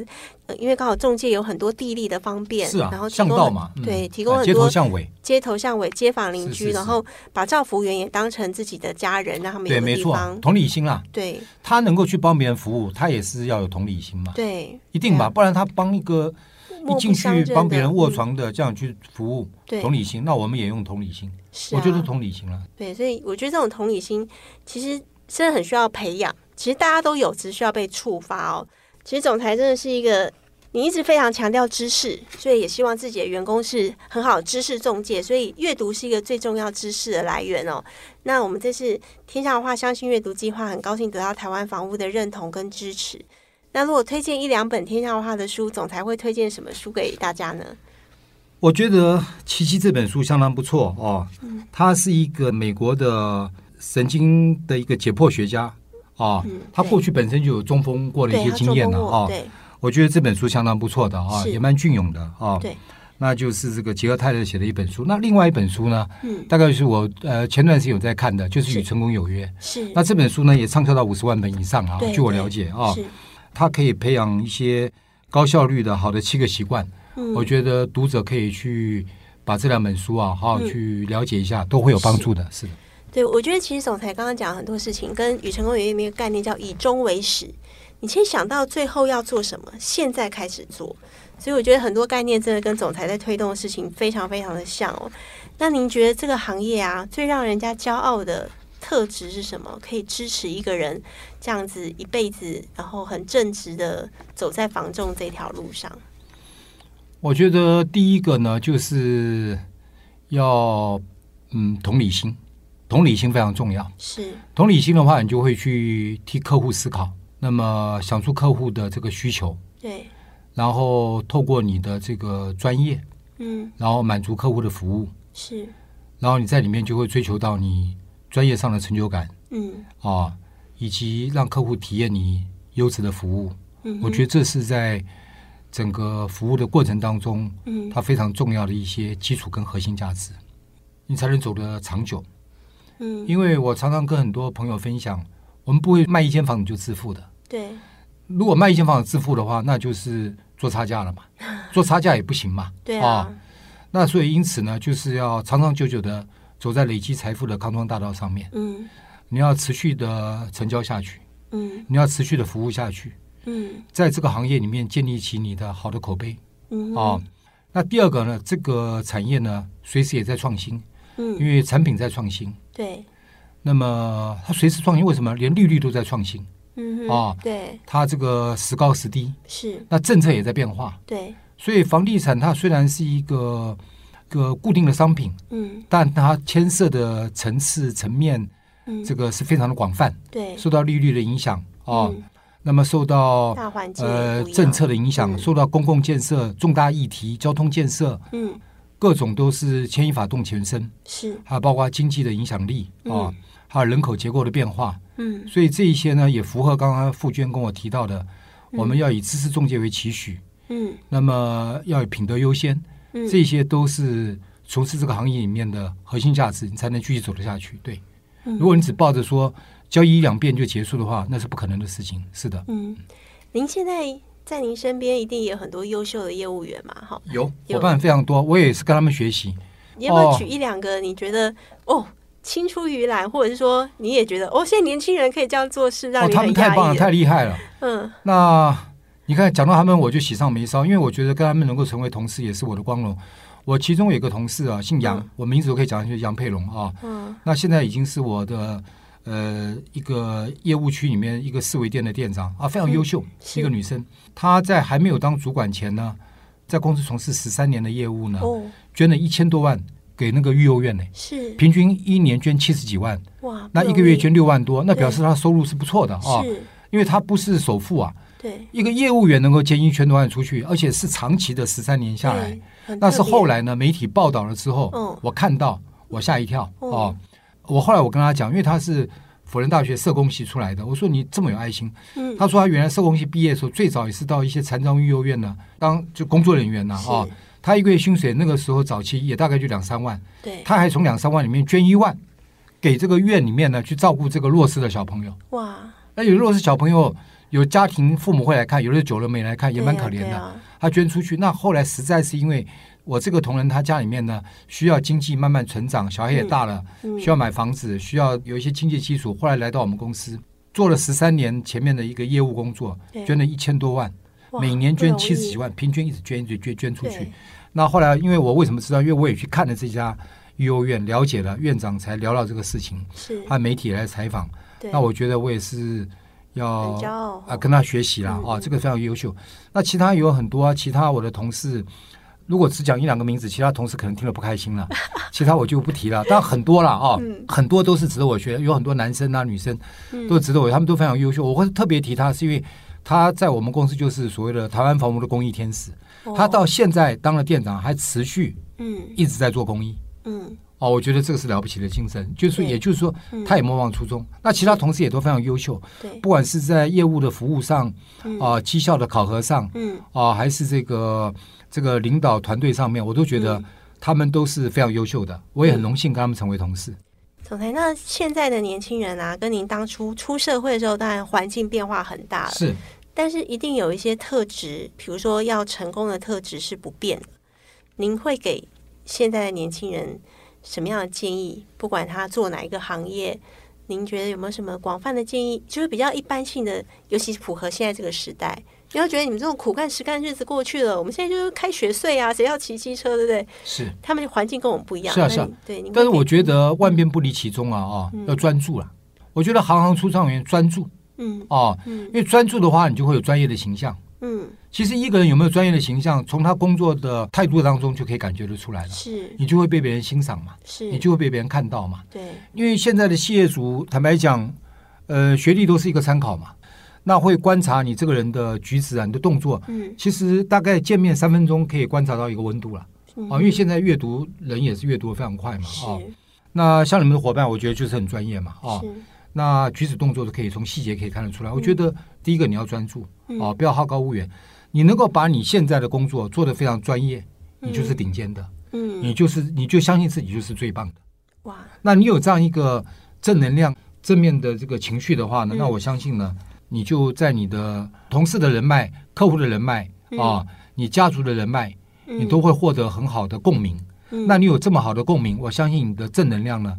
Speaker 2: 呃因为刚好中介有很多地利的方便，
Speaker 3: 是
Speaker 2: 然
Speaker 3: 啊，
Speaker 2: 后提
Speaker 3: 巷
Speaker 2: 供
Speaker 3: 道
Speaker 2: 很
Speaker 3: 嘛，嗯
Speaker 2: 对，提供
Speaker 3: 啊
Speaker 2: 很
Speaker 3: 街头
Speaker 2: 多
Speaker 3: 巷尾，
Speaker 2: 街头巷尾、街坊邻
Speaker 3: 是
Speaker 2: 居，
Speaker 3: 是
Speaker 2: 然
Speaker 3: 是
Speaker 2: 后把照服员也当成自己的家人，让他们
Speaker 3: 对，
Speaker 2: 有个
Speaker 3: 没
Speaker 2: 地
Speaker 3: 错，啊
Speaker 2: 方，
Speaker 3: 同理心啦，
Speaker 2: 对
Speaker 3: 他能够去帮别人服务，他也是要有同理心嘛，
Speaker 2: 对，
Speaker 3: 一定吧，
Speaker 2: 对
Speaker 3: 不然他帮一个
Speaker 2: 啊，
Speaker 3: 一
Speaker 2: 莫
Speaker 3: 进
Speaker 2: 不相
Speaker 3: 去
Speaker 2: 认
Speaker 3: 帮
Speaker 2: 的
Speaker 3: 别人卧，
Speaker 2: 嗯
Speaker 3: 床的这样去服务，
Speaker 2: 对，
Speaker 3: 同理心，那我们也用同理心，
Speaker 2: 是
Speaker 3: 我
Speaker 2: 啊，
Speaker 3: 觉得同理心了，
Speaker 2: 对，所以我觉得这种同理心其实真的很需要培养。其实大家都有，只需要被触发哦。其实总裁真的是一个，你一直非常强调知识，所以也希望自己的员工是很好的知识中介。所以阅读是一个最重要知识的来源哦。那我们这次天下文化相信阅读计划，很高兴得到台湾房屋的认同跟支持。那如果推荐一两本天下文化的书，总裁会推荐什么书给大家呢？
Speaker 3: 我觉得《奇迹》这本书相当不错哦，他是一个美国的神经的一个解剖学家啊，他过去本身就有中风过的
Speaker 2: 嗯
Speaker 3: 一
Speaker 2: 对，
Speaker 3: 些
Speaker 2: 他
Speaker 3: 经
Speaker 2: 做
Speaker 3: 验了
Speaker 2: 过
Speaker 3: 啊。
Speaker 2: 对
Speaker 3: 我觉得这本书相当不错的啊，
Speaker 2: 是
Speaker 3: 也蛮隽永的啊。
Speaker 2: 对，
Speaker 3: 那就是这个杰克泰勒写的一本书。那另外一本书呢，
Speaker 2: 嗯
Speaker 3: 大概是我呃前段时间有在看的，就是《与成功有约》。
Speaker 2: 是，
Speaker 3: 那这本书呢也畅销到五十万本以上啊，
Speaker 2: 对
Speaker 3: 据我
Speaker 2: 对
Speaker 3: 了解啊，
Speaker 2: 是
Speaker 3: 它可以培养一些高效率的好的七个习惯。我觉得读者可以去把这两本书啊，好好去了解一下，都会有帮助的。是的，
Speaker 2: 对，我觉得其实总裁刚刚讲很多事情，跟与成功有约里面有一个概念叫以终为始，你先想到最后要做什么，现在开始做。所以我觉得很多概念真的跟总裁在推动的事情非常非常的像哦。那您觉得这个行业啊，最让人家骄傲的特质是什么？可以支持一个人这样子一辈子，然后很正直的走在房仲这条路上？
Speaker 3: 我觉得第一个呢，就是要嗯同理心，同理心非常重要。
Speaker 2: 是，
Speaker 3: 同理心的话，你就会去替客户思考，那么想出客户的这个需求，
Speaker 2: 对，
Speaker 3: 然后透过你的这个专业，
Speaker 2: 嗯，
Speaker 3: 然后满足客户的服务，
Speaker 2: 是，
Speaker 3: 然后你在里面就会追求到你专业上的成就感
Speaker 2: 嗯，
Speaker 3: 啊，以及让客户体验你优质的服务。
Speaker 2: 嗯哼
Speaker 3: 我觉得这是在整个服务的过程当中，
Speaker 2: 嗯
Speaker 3: 它非常重要的一些基础跟核心价值，你才能走得长久。
Speaker 2: 嗯，
Speaker 3: 因为我常常跟很多朋友分享，我们不会卖一间房你就致富的。
Speaker 2: 对，
Speaker 3: 如果卖一间房致富的话，那就是做差价
Speaker 2: (laughs)
Speaker 3: 了嘛，做差价也不行嘛。
Speaker 2: 对啊
Speaker 3: 那所以因此呢，就是要长长久久的走在累积财富的康庄大道上面，
Speaker 2: 嗯
Speaker 3: 你要持续的成交下去，
Speaker 2: 嗯
Speaker 3: 你要持续的服务下去，
Speaker 2: 嗯
Speaker 3: 在这个行业里面建立起你的好的口碑
Speaker 2: 嗯，
Speaker 3: 啊。那第二个呢，这个产业呢，随时也在创新，因
Speaker 2: 嗯，
Speaker 3: 为产品在创新。
Speaker 2: 对，
Speaker 3: 那么它随时创新，为什么连利率都在创新？
Speaker 2: 嗯
Speaker 3: 啊
Speaker 2: 哼，对，
Speaker 3: 它这个时高时低，
Speaker 2: 是，
Speaker 3: 那政策也在变化，
Speaker 2: 对，
Speaker 3: 所以房地产它虽然是一个一个固定的商品，
Speaker 2: 嗯
Speaker 3: 但它牵涉的层次层面，
Speaker 2: 嗯，
Speaker 3: 这个是非常的广泛，
Speaker 2: 对，
Speaker 3: 受到利率的影响啊，
Speaker 2: 嗯
Speaker 3: 那么受到
Speaker 2: 大环境也
Speaker 3: 呃
Speaker 2: 不一样
Speaker 3: 政策的影响，
Speaker 2: 嗯
Speaker 3: 受到公共建设、重大议题、交通建设，
Speaker 2: 嗯
Speaker 3: 各种都是牵一发动全身，
Speaker 2: 是，
Speaker 3: 还有包括经济的影响力啊，
Speaker 2: 嗯
Speaker 3: 还有人口结构的变化，
Speaker 2: 嗯
Speaker 3: 所以这一些呢也符合刚刚傅娟跟我提到的，我们要以知识中介为期许，
Speaker 2: 嗯
Speaker 3: 那么要以品德优先，
Speaker 2: 嗯，
Speaker 3: 这些都是从事这个行业里面的核心价值，你才能继续走得下去。对，
Speaker 2: 嗯
Speaker 3: 如果你只抱着说交易一两遍就结束的话，那是不可能的事情。是的，
Speaker 2: 嗯，您现在在您身边一定也有很多优秀的业务员嘛，哈，
Speaker 3: 有
Speaker 2: 有
Speaker 3: 伙伴非常多，我也是跟他们学习。
Speaker 2: 你要不要
Speaker 3: 哦
Speaker 2: 举一两个你觉得哦青出于蓝，或者是说你也觉得哦现在年轻人可以这样做事，让
Speaker 3: 哦，
Speaker 2: 你
Speaker 3: 他
Speaker 2: 很
Speaker 3: 们
Speaker 2: 压
Speaker 3: 太棒了，
Speaker 2: 抑的？
Speaker 3: 太厉害了。
Speaker 2: 嗯
Speaker 3: 那你看，讲到他们，我就喜上眉梢，因为我觉得跟他们能够成为同事也是我的光荣。我其中有一个同事啊，姓杨，我名字都可以讲下去，杨佩龙啊。
Speaker 2: 嗯
Speaker 3: 那现在已经是我的呃一个业务区里面一个四维店的店长啊，非常优秀，
Speaker 2: 嗯是
Speaker 3: 一个女生。她在还没有当主管前呢，在公司从事十三年的业务呢，
Speaker 2: 哦
Speaker 3: 捐了一千多万给那个育幼院呢，
Speaker 2: 是
Speaker 3: 平均一年捐七十几万，
Speaker 2: 哇，
Speaker 3: 那
Speaker 2: 不
Speaker 3: 一个
Speaker 2: 容
Speaker 3: 月
Speaker 2: 易
Speaker 3: 捐六万多，那
Speaker 2: 嗯对
Speaker 3: 表示她收入是不错的啊，
Speaker 2: 是
Speaker 3: 因为她不是首富啊。
Speaker 2: 对
Speaker 3: 一个业务员能够捐一千多万出去，而且是长期的十三年下来
Speaker 2: 对，很
Speaker 3: 那
Speaker 2: 特
Speaker 3: 是
Speaker 2: 别
Speaker 3: 后来呢，媒体报道了之后，
Speaker 2: 嗯
Speaker 3: 我看到我吓一跳、
Speaker 2: 嗯
Speaker 3: 哦。我后来我跟他讲，因为他是辅仁大学社工系出来的，我说你这么有爱心。
Speaker 2: 嗯
Speaker 3: 他说他原来社工系毕业的时候，最早也是到一些残障育幼院呢当就工作人员呢啊、哦
Speaker 2: 是。
Speaker 3: 他一个月薪水那个时候早期也大概就两三万，
Speaker 2: 对
Speaker 3: 他还从两三万里面捐一万给这个院里面呢去照顾这个弱势的小朋友。
Speaker 2: 哇
Speaker 3: 那有弱势小朋友，有家庭父母会来看，有的久了没来看，也蛮
Speaker 2: 对啊
Speaker 3: 可怜
Speaker 2: 对
Speaker 3: 的。
Speaker 2: 啊
Speaker 3: 他捐出去，那后来实在是因为我这个同仁他家里面呢需要经济慢慢成长，小孩也大了，
Speaker 2: 嗯
Speaker 3: 需要买房子，需要有一些经济基础，后来来到我们公司做了十三年前面的一个业务工作
Speaker 2: 对，
Speaker 3: 捐了一千多万，
Speaker 2: 哇
Speaker 3: 每年
Speaker 2: 不
Speaker 3: 捐
Speaker 2: 容
Speaker 3: 七十
Speaker 2: 易
Speaker 3: 几万，平均一直捐一直捐捐出去
Speaker 2: 对。
Speaker 3: 那后来因为我为什么知道？因为我也去看了这家育幼院，了解了院长才聊到这个事情，
Speaker 2: 是
Speaker 3: 和媒体来采访。
Speaker 2: 对
Speaker 3: 啊那我觉得我也是要
Speaker 2: 很骄傲
Speaker 3: 啊，跟他学习啦
Speaker 2: 嗯
Speaker 3: 啊，
Speaker 2: 嗯
Speaker 3: 这个非常优秀。那其他也有很多啊，其他我的同事，如果只讲一两个名字，其他同事可能听了不开心
Speaker 2: (laughs)
Speaker 3: 了，其他我就不提了。但很多了啊，
Speaker 2: 嗯
Speaker 3: 很多都是值得我学，有很多男生啊、女生都值得我，他们都非常优秀。我会特别提他，是因为他在我们公司就是所谓的台湾房屋的公益天使，
Speaker 2: 哦
Speaker 3: 他到现在当了店长，还持续
Speaker 2: 嗯
Speaker 3: 一直在做公益。
Speaker 2: 嗯
Speaker 3: 哦，我觉得这个是了不起的精神，就是
Speaker 2: 对嗯
Speaker 3: 也就是说，他也莫忘初衷。那其他同事也都非常优秀，
Speaker 2: 对
Speaker 3: 不管是在业务的服务上，
Speaker 2: 嗯
Speaker 3: 啊、绩效的考核上，
Speaker 2: 嗯
Speaker 3: 啊、还是这个这个领导团队上面，我都觉
Speaker 2: 嗯
Speaker 3: 得他们都是非常优秀的。我也很荣幸跟他们成为同事。
Speaker 2: 总裁，那现在的年轻人啊，跟您当初出社会的时候，当然环境变化很大了，
Speaker 3: 是，
Speaker 2: 但是一定有一些特质，比如说要成功的特质是不变的。您会给现在的年轻人什么样的建议？不管他做哪一个行业，您觉得有没有什么广泛的建议？就是比较一般性的，尤其是符合现在这个时代。不要觉得你们这种苦干实干日子过去了，我们现在就是开学岁啊，谁要骑机车，对不对？
Speaker 3: 是，
Speaker 2: 他们的环境跟我们不一样。
Speaker 3: 是啊
Speaker 2: 那
Speaker 3: 是啊
Speaker 2: 你对，您会
Speaker 3: 但是我
Speaker 2: 给嗯
Speaker 3: 觉得万变不离其宗啊啊，要专注啦。我觉得行行出状元，专注
Speaker 2: 嗯
Speaker 3: 啊，因为专注的话，你就会有专业的形象。
Speaker 2: 嗯
Speaker 3: 其实一个人有没有专业的形象，从他工作的态度当中就可以感觉得出来了，
Speaker 2: 是
Speaker 3: 你就会被别人欣赏嘛，
Speaker 2: 是，
Speaker 3: 你就会被别人看到嘛。
Speaker 2: 对
Speaker 3: 因为现在的企业主，坦白讲，呃，学历都是一个参考嘛，那会观察你这个人的举止啊，你的动作。
Speaker 2: 嗯
Speaker 3: 其实大概见面三分钟可以观察到一个温度了
Speaker 2: 嗯
Speaker 3: 啊，因为现在阅读人也是阅读的非常快嘛哦
Speaker 2: 是
Speaker 3: 啊。那像你们的伙伴，我觉得就是很专业嘛啊。
Speaker 2: 是嗯
Speaker 3: 那举止动作都可以从细节可以看得出来。我觉得第一个你要专注啊，不要好高骛远。你能够把你现在的工作做得非常专业，你就是顶尖的，
Speaker 2: 嗯，
Speaker 3: 你就是你就相信自己就是最棒的。
Speaker 2: 哇，
Speaker 3: 那你有这样一个正能量、正面的这个情绪的话呢，
Speaker 2: 嗯
Speaker 3: 那我相信呢，你就在你的同事的人脉、客户的人脉
Speaker 2: 嗯
Speaker 3: 啊，你家族的人脉，你都会获得很好的共鸣。
Speaker 2: 嗯
Speaker 3: 那你有这么好的共鸣，我相信你的正能量呢，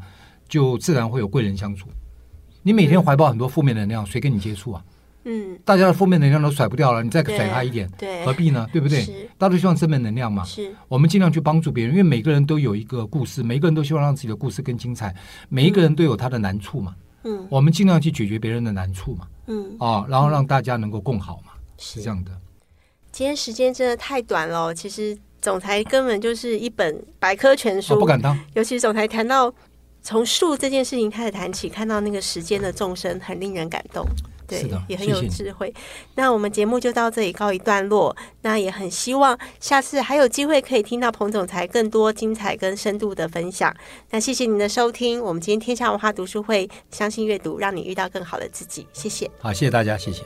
Speaker 3: 就自然会有贵人相助。你每天怀抱很多负面能量，谁跟你接触啊？
Speaker 2: 嗯，
Speaker 3: 大家的负面能量都甩不掉了，你再甩他一点，
Speaker 2: 对，
Speaker 3: 何必呢？对不对
Speaker 2: 是？
Speaker 3: 大家都希望正面能量嘛。
Speaker 2: 是，
Speaker 3: 我们尽量去帮助别人，因为每个人都有一个故事，每一个人都希望让自己的故事更精彩，每一个人都有他的难处嘛。
Speaker 2: 嗯
Speaker 3: 我们尽量去解决别人的难处嘛，
Speaker 2: 嗯，
Speaker 3: 啊，然后让大家能够共好嘛，是这样的。
Speaker 2: 今天时间真的太短了哦，其实总裁根本就是一本百科全
Speaker 3: 我
Speaker 2: 书，
Speaker 3: 哦不敢当，
Speaker 2: 尤其总裁谈到从树这件事情开始谈起，看到那个时间的纵深，很令人感动。对
Speaker 3: 是的，
Speaker 2: 也很
Speaker 3: 谢
Speaker 2: 有
Speaker 3: 谢你
Speaker 2: 智慧。那我们节目就到这里告一段落。那也很希望下次还有机会可以听到彭总裁更多精彩跟深度的分享。那谢谢您的收听，我们今天天下文化读书会，相信阅读，让你遇到更好的自己。谢谢。
Speaker 3: 好，谢谢大家，谢谢。